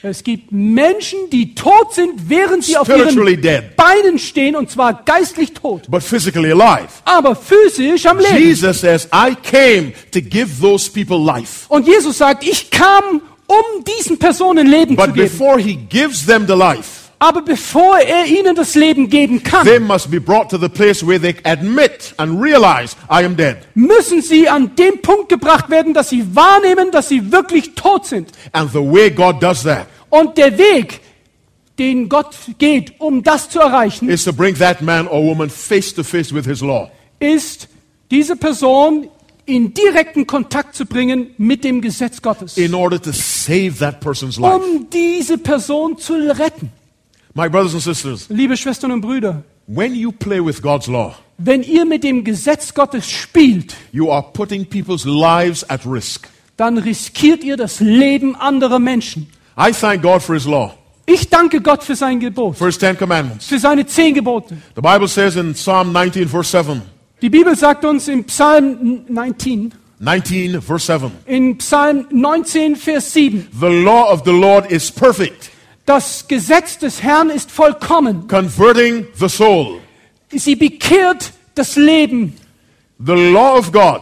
[SPEAKER 2] Es gibt Menschen, die tot sind, während sie auf
[SPEAKER 1] Spiritually
[SPEAKER 2] ihren
[SPEAKER 1] dead.
[SPEAKER 2] Beinen stehen und zwar geistlich tot,
[SPEAKER 1] but physically alive.
[SPEAKER 2] aber physisch am Leben.
[SPEAKER 1] Jesus says, I came to give those people life.
[SPEAKER 2] Und Jesus sagt, ich kam, um diesen Personen Leben zu
[SPEAKER 1] But
[SPEAKER 2] geben.
[SPEAKER 1] before he gives them the life,
[SPEAKER 2] Aber bevor er ihnen das Leben geben kann,
[SPEAKER 1] they must be brought to the place where they admit and realize, I am dead.
[SPEAKER 2] müssen sie an den Punkt gebracht werden, dass sie wahrnehmen, dass sie wirklich tot sind.
[SPEAKER 1] And the way God does that
[SPEAKER 2] Und der Weg, den Gott geht, um das zu erreichen,
[SPEAKER 1] is to bring that man or woman face to face with his law.
[SPEAKER 2] ist, diese Person in direkten Kontakt zu bringen mit dem Gesetz Gottes,
[SPEAKER 1] In order to save that person's life.
[SPEAKER 2] um diese Person zu retten.
[SPEAKER 1] My brothers and sisters,
[SPEAKER 2] Liebe Schwestern und Brüder,
[SPEAKER 1] when you play with God's law,
[SPEAKER 2] wenn ihr mit dem Gesetz Gottes spielt,
[SPEAKER 1] you are putting people's lives at risk.
[SPEAKER 2] dann riskiert ihr das Leben anderer Menschen.
[SPEAKER 1] I thank God for his law,
[SPEAKER 2] Ich danke Gott für sein Gebot,
[SPEAKER 1] for his Ten Commandments.
[SPEAKER 2] für seine zehn Gebote.
[SPEAKER 1] The Bible says in Psalm 19, verse 7,
[SPEAKER 2] Die Bibel sagt uns im Psalm 19,
[SPEAKER 1] 19, verse 7.
[SPEAKER 2] in Psalm 19, Vers 7,
[SPEAKER 1] The law of the Lord is perfect,
[SPEAKER 2] das Gesetz des Herrn ist vollkommen.
[SPEAKER 1] converting the soul.
[SPEAKER 2] Sie bekehrt das Leben.
[SPEAKER 1] The law of God,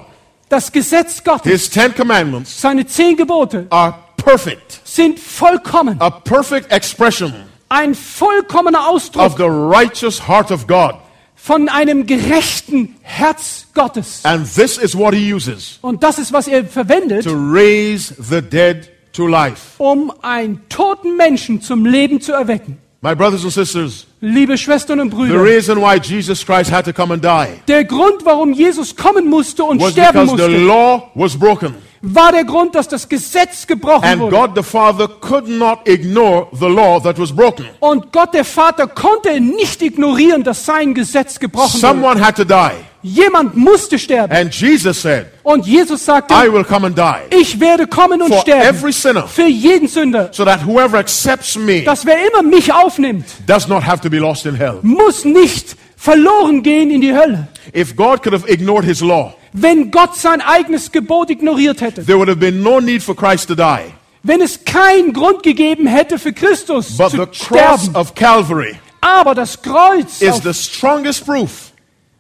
[SPEAKER 2] Das Gesetz Gottes,
[SPEAKER 1] his Ten Commandments,
[SPEAKER 2] seine zehn Gebote,
[SPEAKER 1] are perfect.
[SPEAKER 2] sind vollkommen.
[SPEAKER 1] A perfect expression
[SPEAKER 2] Ein vollkommener
[SPEAKER 1] of
[SPEAKER 2] Ausdruck
[SPEAKER 1] the righteous heart of God.
[SPEAKER 2] von einem gerechten Herz Gottes.
[SPEAKER 1] And this is what he uses
[SPEAKER 2] Und das ist, was er verwendet,
[SPEAKER 1] to raise the dead to life.
[SPEAKER 2] um einen toten Menschen zum Leben zu erwecken.
[SPEAKER 1] My brothers and sisters,
[SPEAKER 2] Liebe Schwestern und
[SPEAKER 1] the
[SPEAKER 2] Brüder,
[SPEAKER 1] reason why Jesus Christ had to come and die
[SPEAKER 2] der Grund, warum Jesus kommen musste und
[SPEAKER 1] was
[SPEAKER 2] sterben
[SPEAKER 1] because the
[SPEAKER 2] musste,
[SPEAKER 1] law was broken.
[SPEAKER 2] war der Grund, dass das Gesetz gebrochen
[SPEAKER 1] And
[SPEAKER 2] wurde.
[SPEAKER 1] God the Father could not ignore the law that was broken.
[SPEAKER 2] Und Gott, der Vater, konnte nicht ignorieren, dass sein Gesetz gebrochen wurde.
[SPEAKER 1] Someone had to die.
[SPEAKER 2] Jemand musste sterben.
[SPEAKER 1] And Jesus said,
[SPEAKER 2] Und Jesus
[SPEAKER 1] I
[SPEAKER 2] sagte,
[SPEAKER 1] will come and die
[SPEAKER 2] ich werde kommen und
[SPEAKER 1] for
[SPEAKER 2] sterben
[SPEAKER 1] every sinner,
[SPEAKER 2] für jeden Sünder.
[SPEAKER 1] so that whoever accepts me
[SPEAKER 2] Dass wer immer mich aufnimmt,
[SPEAKER 1] does not have to be lost in hell.
[SPEAKER 2] muss nicht verloren gehen in die Hölle.
[SPEAKER 1] If God could have ignored his law,
[SPEAKER 2] Wenn Gott sein eigenes Gebot ignoriert hätte,
[SPEAKER 1] there would have been no need for Christ to die.
[SPEAKER 2] wenn es keinen Grund gegeben hätte für Christus
[SPEAKER 1] But the
[SPEAKER 2] zu
[SPEAKER 1] cross
[SPEAKER 2] sterben,
[SPEAKER 1] of Calvary
[SPEAKER 2] aber das Kreuz
[SPEAKER 1] is
[SPEAKER 2] auf,
[SPEAKER 1] the strongest proof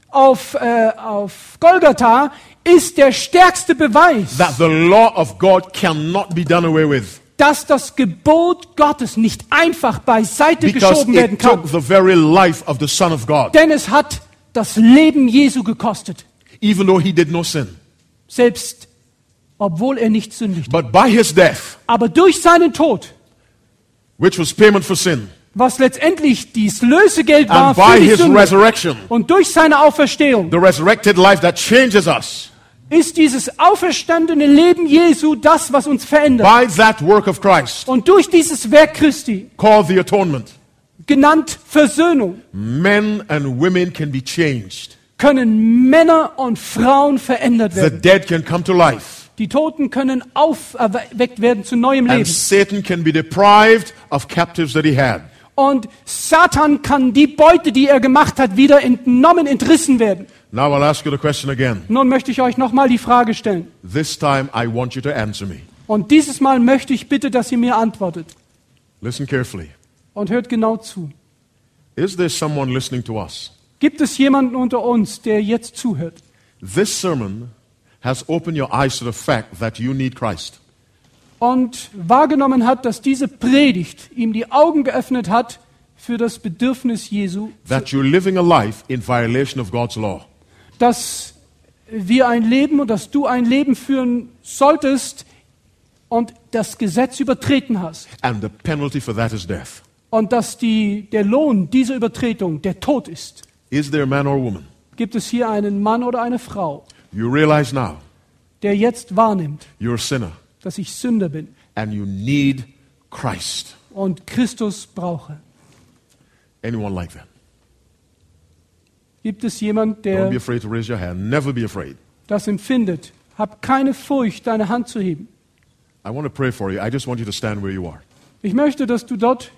[SPEAKER 2] auf, äh, auf Golgatha ist der stärkste Beweis,
[SPEAKER 1] that the law of God cannot be done away with
[SPEAKER 2] dass das Gebot Gottes nicht einfach beiseite
[SPEAKER 1] because
[SPEAKER 2] geschoben werden
[SPEAKER 1] it took
[SPEAKER 2] kann.
[SPEAKER 1] the very life of the Son of God,
[SPEAKER 2] Denn es hat das Leben Jesu gekostet,
[SPEAKER 1] even though he did no sin.
[SPEAKER 2] selbst obwohl er nicht sündigt.
[SPEAKER 1] But by his death,
[SPEAKER 2] Aber durch seinen Tod,
[SPEAKER 1] which was payment for sin,
[SPEAKER 2] was letztendlich dies Lösegeld war
[SPEAKER 1] and
[SPEAKER 2] für
[SPEAKER 1] by
[SPEAKER 2] die
[SPEAKER 1] his
[SPEAKER 2] Sünde,
[SPEAKER 1] resurrection,
[SPEAKER 2] Und durch seine Auferstehung
[SPEAKER 1] the resurrected life that changes us,
[SPEAKER 2] ist dieses auferstandene Leben Jesu das, was uns verändert.
[SPEAKER 1] by that work of Christ,
[SPEAKER 2] Und durch dieses Werk Christi,
[SPEAKER 1] called the atonement,
[SPEAKER 2] genannt Versöhnung,
[SPEAKER 1] men and women can be changed.
[SPEAKER 2] können Männer und Frauen verändert
[SPEAKER 1] The
[SPEAKER 2] werden.
[SPEAKER 1] dead can come to life,
[SPEAKER 2] Die Toten können auferweckt werden zu neuem
[SPEAKER 1] and
[SPEAKER 2] Leben.
[SPEAKER 1] Satan can be deprived of captives that he had.
[SPEAKER 2] Und Satan kann die Beute, die er gemacht hat, wieder entnommen, entrissen werden.
[SPEAKER 1] Now I'll ask you the question again.
[SPEAKER 2] Nun möchte ich euch nochmal die Frage stellen.
[SPEAKER 1] This time I want you to answer me.
[SPEAKER 2] Und dieses Mal möchte ich bitte, dass ihr mir antwortet.
[SPEAKER 1] Listen carefully.
[SPEAKER 2] Und hört genau zu.
[SPEAKER 1] Is there someone listening to us?
[SPEAKER 2] Gibt es jemanden unter uns, der jetzt zuhört?
[SPEAKER 1] This sermon has opened your eyes to the fact that you need Christ.
[SPEAKER 2] und wahrgenommen hat, dass diese Predigt ihm die Augen geöffnet hat für das Bedürfnis Jesu,
[SPEAKER 1] That you're living a life in violation of God's law.
[SPEAKER 2] dass wir ein Leben und dass du ein Leben führen solltest und das Gesetz übertreten hast
[SPEAKER 1] And the penalty for that is death.
[SPEAKER 2] und dass die, der Lohn dieser Übertretung der Tod ist.
[SPEAKER 1] Is there a man or woman?
[SPEAKER 2] Gibt es hier einen Mann oder eine Frau,
[SPEAKER 1] You realize now
[SPEAKER 2] der jetzt wahrnimmt,
[SPEAKER 1] you're a sinner
[SPEAKER 2] dass ich Sünder bin
[SPEAKER 1] and you need Christ.
[SPEAKER 2] und Christus brauche?
[SPEAKER 1] Anyone like that?
[SPEAKER 2] Gibt es jemand,
[SPEAKER 1] Don't be
[SPEAKER 2] der
[SPEAKER 1] afraid to raise your hand. Never be afraid.
[SPEAKER 2] das empfindet? Hab keine Furcht, deine Hand zu heben.
[SPEAKER 1] I want to pray for you. I just want you to stand where you are.
[SPEAKER 2] Ich möchte, dass du dort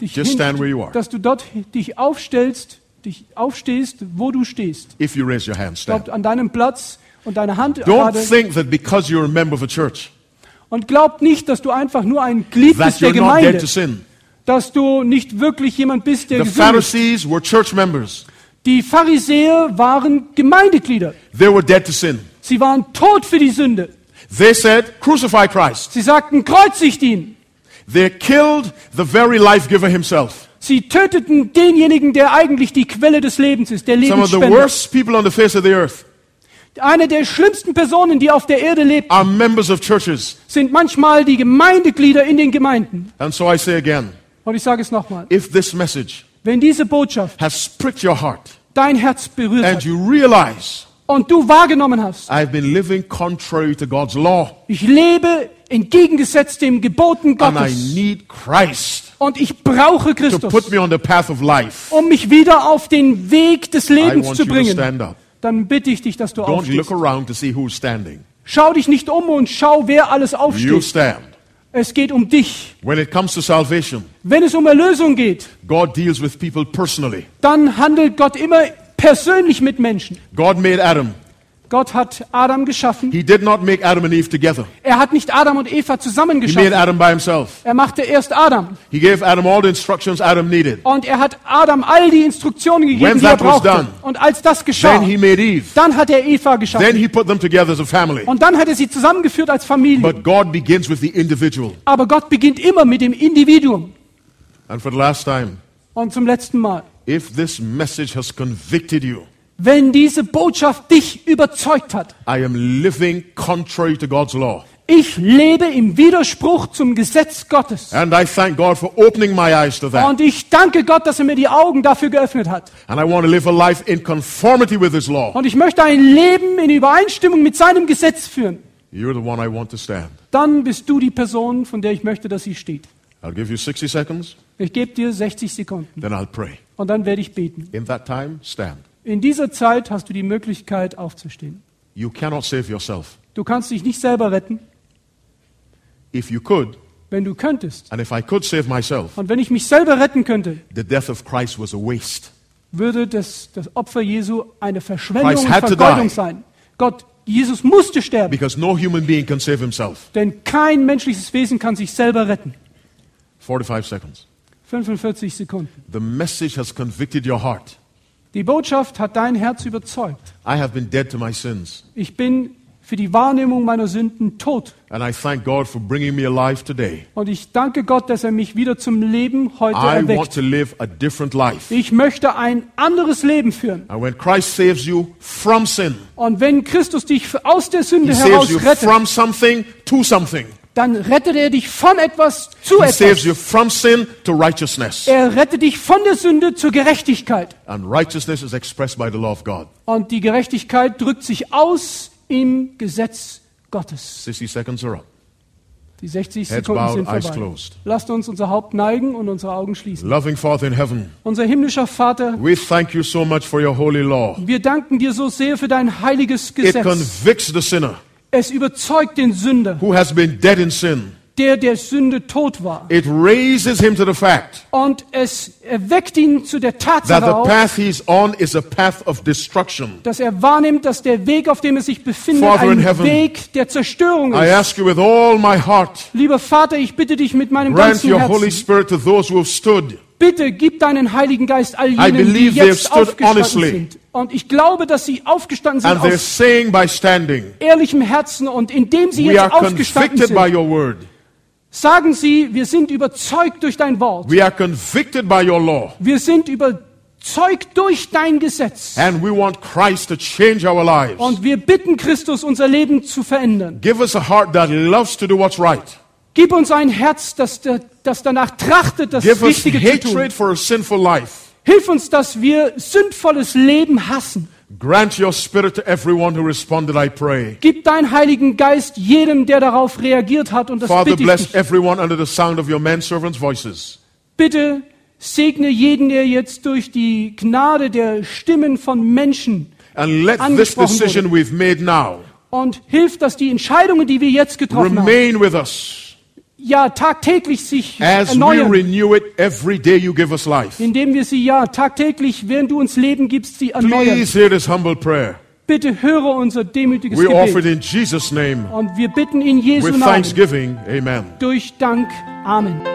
[SPEAKER 2] dich,
[SPEAKER 1] Just stand where you are.
[SPEAKER 2] dass du dort dich aufstellst, dich aufstehst, wo du stehst.
[SPEAKER 1] If you raise your hand,
[SPEAKER 2] Glaubt
[SPEAKER 1] stand.
[SPEAKER 2] an deinem Platz und deine Hand
[SPEAKER 1] Don't
[SPEAKER 2] gerade.
[SPEAKER 1] think that because you're a member of a church
[SPEAKER 2] Und glaubt nicht, dass du einfach nur ein Glied
[SPEAKER 1] that
[SPEAKER 2] bist der
[SPEAKER 1] you're not dead
[SPEAKER 2] Gemeinde,
[SPEAKER 1] to sin.
[SPEAKER 2] dass du nicht wirklich jemand bist, der
[SPEAKER 1] The
[SPEAKER 2] gesund ist.
[SPEAKER 1] Pharisees were church members.
[SPEAKER 2] Die Pharisäer waren Gemeindeglieder.
[SPEAKER 1] They were dead to sin.
[SPEAKER 2] Sie waren tot für die Sünde.
[SPEAKER 1] They said, crucify Christ.
[SPEAKER 2] Sie sagten, kreuzigt ihn.
[SPEAKER 1] They killed the very life giver himself.
[SPEAKER 2] Sie töteten denjenigen, der eigentlich die Quelle des Lebens ist, der
[SPEAKER 1] Some of the
[SPEAKER 2] Lebensspender.
[SPEAKER 1] worst people on the face of the earth
[SPEAKER 2] Eine der schlimmsten Personen, die auf der Erde lebt,
[SPEAKER 1] are members of churches.
[SPEAKER 2] sind manchmal die Gemeindeglieder in den Gemeinden.
[SPEAKER 1] And so I say again,
[SPEAKER 2] Und ich sage es nochmal.
[SPEAKER 1] if this message
[SPEAKER 2] Wenn diese Botschaft
[SPEAKER 1] has pricked your heart
[SPEAKER 2] dein Herz berührt
[SPEAKER 1] and
[SPEAKER 2] hat
[SPEAKER 1] you realize
[SPEAKER 2] und du wahrgenommen hast,
[SPEAKER 1] I've been living contrary to God's law
[SPEAKER 2] ich lebe entgegengesetzt dem Geboten
[SPEAKER 1] and I
[SPEAKER 2] Gottes
[SPEAKER 1] need Christ
[SPEAKER 2] und ich brauche
[SPEAKER 1] to put
[SPEAKER 2] Christus,
[SPEAKER 1] me on the path of life,
[SPEAKER 2] um mich wieder auf den Weg des
[SPEAKER 1] I
[SPEAKER 2] Lebens
[SPEAKER 1] want
[SPEAKER 2] zu
[SPEAKER 1] you to
[SPEAKER 2] bringen,
[SPEAKER 1] stand up.
[SPEAKER 2] dann bitte ich dich, dass du
[SPEAKER 1] Don't look
[SPEAKER 2] aufstehst.
[SPEAKER 1] around to see who's standing.
[SPEAKER 2] Schau dich nicht um und schau, wer alles
[SPEAKER 1] You
[SPEAKER 2] aufsteht.
[SPEAKER 1] stand.
[SPEAKER 2] Es geht um dich.
[SPEAKER 1] When it comes to salvation,
[SPEAKER 2] Wenn es um Erlösung geht,
[SPEAKER 1] God deals with people personally.
[SPEAKER 2] dann handelt Gott immer persönlich mit Menschen.
[SPEAKER 1] God made Adam.
[SPEAKER 2] Gott hat Adam geschaffen.
[SPEAKER 1] He did not make Adam and Eve together.
[SPEAKER 2] Er hat nicht Adam und Eva zusammen
[SPEAKER 1] He made
[SPEAKER 2] geschaffen.
[SPEAKER 1] Adam by himself.
[SPEAKER 2] Er machte erst Adam
[SPEAKER 1] He gave Adam all the instructions Adam needed.
[SPEAKER 2] und er hat Adam all die Instruktionen
[SPEAKER 1] When
[SPEAKER 2] gegeben, die er
[SPEAKER 1] that was
[SPEAKER 2] brauchte.
[SPEAKER 1] done,
[SPEAKER 2] Und als das geschah,
[SPEAKER 1] Then he made Eve.
[SPEAKER 2] dann hat er Eva
[SPEAKER 1] Then
[SPEAKER 2] geschaffen
[SPEAKER 1] he put them together as a family.
[SPEAKER 2] und dann hat er sie zusammengeführt als Familie.
[SPEAKER 1] But God begins with the individual.
[SPEAKER 2] Aber Gott beginnt immer mit dem Individuum.
[SPEAKER 1] And for the last time,
[SPEAKER 2] Und zum letzten Mal,
[SPEAKER 1] if this message has convicted you,
[SPEAKER 2] wenn diese Botschaft dich überzeugt hat,
[SPEAKER 1] I am living contrary to God's law.
[SPEAKER 2] ich lebe im Widerspruch zum Gesetz Gottes.
[SPEAKER 1] And I thank God for opening my eyes to that.
[SPEAKER 2] Und ich danke Gott, dass er mir die Augen dafür geöffnet hat.
[SPEAKER 1] And I want to live a life in conformity with His law.
[SPEAKER 2] Und ich möchte ein Leben in Übereinstimmung mit seinem Gesetz führen.
[SPEAKER 1] You're the one I want to stand.
[SPEAKER 2] Dann bist du die Person, von der ich möchte, dass sie steht.
[SPEAKER 1] I'll give you 60 seconds,
[SPEAKER 2] Ich gebe dir 60 Sekunden
[SPEAKER 1] then I'll pray.
[SPEAKER 2] und dann werde ich beten.
[SPEAKER 1] In that time, stand.
[SPEAKER 2] In dieser Zeit hast du die Möglichkeit aufzustehen.
[SPEAKER 1] You cannot save yourself.
[SPEAKER 2] Du kannst dich nicht selber retten,
[SPEAKER 1] If you could,
[SPEAKER 2] wenn du könntest.
[SPEAKER 1] and if I could save myself,
[SPEAKER 2] Und wenn ich mich selber retten könnte,
[SPEAKER 1] the death of Christ was a waste.
[SPEAKER 2] würde das, das Opfer Jesu eine Verschwendung
[SPEAKER 1] Christ
[SPEAKER 2] und
[SPEAKER 1] had to
[SPEAKER 2] Vergeudung
[SPEAKER 1] die.
[SPEAKER 2] sein. Gott, Jesus musste sterben,
[SPEAKER 1] Because no human being can save himself.
[SPEAKER 2] denn kein menschliches Wesen kann sich selber retten.
[SPEAKER 1] 45 seconds.
[SPEAKER 2] 45 Sekunden.
[SPEAKER 1] The message has convicted your heart.
[SPEAKER 2] Die Botschaft hat dein Herz überzeugt.
[SPEAKER 1] I have been dead to my sins.
[SPEAKER 2] Ich bin für die Wahrnehmung meiner Sünden tot.
[SPEAKER 1] And I thank God for bringing me alive today.
[SPEAKER 2] Und ich danke Gott, dass er mich wieder zum Leben heute
[SPEAKER 1] I want
[SPEAKER 2] erweckt.
[SPEAKER 1] to live a different life.
[SPEAKER 2] Ich möchte ein anderes Leben führen.
[SPEAKER 1] And when Christ saves you from sin,
[SPEAKER 2] Und wenn Christus dich aus der
[SPEAKER 1] He
[SPEAKER 2] Sünde
[SPEAKER 1] saves
[SPEAKER 2] heraus
[SPEAKER 1] you
[SPEAKER 2] rettet,
[SPEAKER 1] from something to something.
[SPEAKER 2] dann rettet er dich von etwas zu
[SPEAKER 1] He saves
[SPEAKER 2] etwas.
[SPEAKER 1] you from sin to righteousness.
[SPEAKER 2] Er rettet dich von der Sünde zur Gerechtigkeit.
[SPEAKER 1] And righteousness is expressed by the law of God.
[SPEAKER 2] Und die Gerechtigkeit drückt sich aus im Gesetz Gottes.
[SPEAKER 1] 60 seconds are up.
[SPEAKER 2] Die 60
[SPEAKER 1] Heads
[SPEAKER 2] Sekunden
[SPEAKER 1] bowed,
[SPEAKER 2] sind
[SPEAKER 1] eyes
[SPEAKER 2] vorbei.
[SPEAKER 1] closed.
[SPEAKER 2] Lasst uns unser Haupt neigen und unsere Augen schließen.
[SPEAKER 1] Loving Father in heaven,
[SPEAKER 2] Unser himmlischer Vater,
[SPEAKER 1] we thank you so much for your holy law.
[SPEAKER 2] wir danken dir so sehr für dein heiliges
[SPEAKER 1] It
[SPEAKER 2] Gesetz.
[SPEAKER 1] convicts the sinner
[SPEAKER 2] Es überzeugt den Sünder,
[SPEAKER 1] who has been dead in sin.
[SPEAKER 2] der der Sünde tot war.
[SPEAKER 1] It raises him to the fact
[SPEAKER 2] Und es erweckt ihn zu der
[SPEAKER 1] that
[SPEAKER 2] Tatsache
[SPEAKER 1] the
[SPEAKER 2] auf,
[SPEAKER 1] path he's on is a path of destruction.
[SPEAKER 2] dass er wahrnimmt, dass der Weg, auf dem er sich befindet,
[SPEAKER 1] Father in
[SPEAKER 2] ein
[SPEAKER 1] heaven,
[SPEAKER 2] Weg der Zerstörung
[SPEAKER 1] I
[SPEAKER 2] ist.
[SPEAKER 1] ask you with all my heart,
[SPEAKER 2] Lieber Vater, ich bitte dich mit meinem
[SPEAKER 1] grant
[SPEAKER 2] ganzen
[SPEAKER 1] your Holy
[SPEAKER 2] Herzen,
[SPEAKER 1] Spirit to those who have stood.
[SPEAKER 2] bitte gib deinen Heiligen Geist all
[SPEAKER 1] I
[SPEAKER 2] jenen, die
[SPEAKER 1] believe they
[SPEAKER 2] jetzt
[SPEAKER 1] have stood
[SPEAKER 2] aufgestanden
[SPEAKER 1] honestly.
[SPEAKER 2] sind. Und ich glaube, dass sie aufgestanden sind
[SPEAKER 1] And they're
[SPEAKER 2] aus
[SPEAKER 1] saying by standing,
[SPEAKER 2] ehrlichem Herzen und indem sie
[SPEAKER 1] we
[SPEAKER 2] jetzt
[SPEAKER 1] are
[SPEAKER 2] aufgestanden
[SPEAKER 1] convicted by
[SPEAKER 2] sind,
[SPEAKER 1] your word.
[SPEAKER 2] sagen sie, wir sind überzeugt durch dein Wort.
[SPEAKER 1] We are convicted by your law.
[SPEAKER 2] Wir sind überzeugt durch dein Gesetz.
[SPEAKER 1] And we want Christ to change our lives.
[SPEAKER 2] Und wir bitten Christus, unser Leben zu verändern.
[SPEAKER 1] Give us a heart that loves to do what's right.
[SPEAKER 2] Gib uns ein Herz, das, da- das danach trachtet, das
[SPEAKER 1] Give us
[SPEAKER 2] Richtige zu tun.
[SPEAKER 1] hatred for a sinful life.
[SPEAKER 2] Hilf uns, dass wir sündvolles Leben hassen.
[SPEAKER 1] Grant your spirit to everyone who responded, I pray.
[SPEAKER 2] Gib deinen Heiligen Geist jedem, der darauf reagiert hat. Und das
[SPEAKER 1] Father,
[SPEAKER 2] bitte ich
[SPEAKER 1] bless
[SPEAKER 2] dich.
[SPEAKER 1] everyone under the sound of your manservants' voices.
[SPEAKER 2] Bitte segne jeden, der jetzt durch die Gnade der Stimmen von Menschen
[SPEAKER 1] And let this
[SPEAKER 2] Angesprochen wurde.
[SPEAKER 1] decision we've made now
[SPEAKER 2] und hilf, dass die Entscheidungen, die wir jetzt getroffen haben,
[SPEAKER 1] remain with us
[SPEAKER 2] ja tagtäglich sich
[SPEAKER 1] as we
[SPEAKER 2] erneuern,
[SPEAKER 1] renew it every day you give us life.
[SPEAKER 2] indem wir sie ja tagtäglich, während du uns Leben gibst, sie erneuern.
[SPEAKER 1] Please hear this humble prayer.
[SPEAKER 2] Bitte höre unser demütiges
[SPEAKER 1] We offer it
[SPEAKER 2] Gebet.
[SPEAKER 1] in Jesus' name
[SPEAKER 2] Und wir bitten in Jesu
[SPEAKER 1] with
[SPEAKER 2] Namen
[SPEAKER 1] thanksgiving. Amen.
[SPEAKER 2] durch Dank. Amen.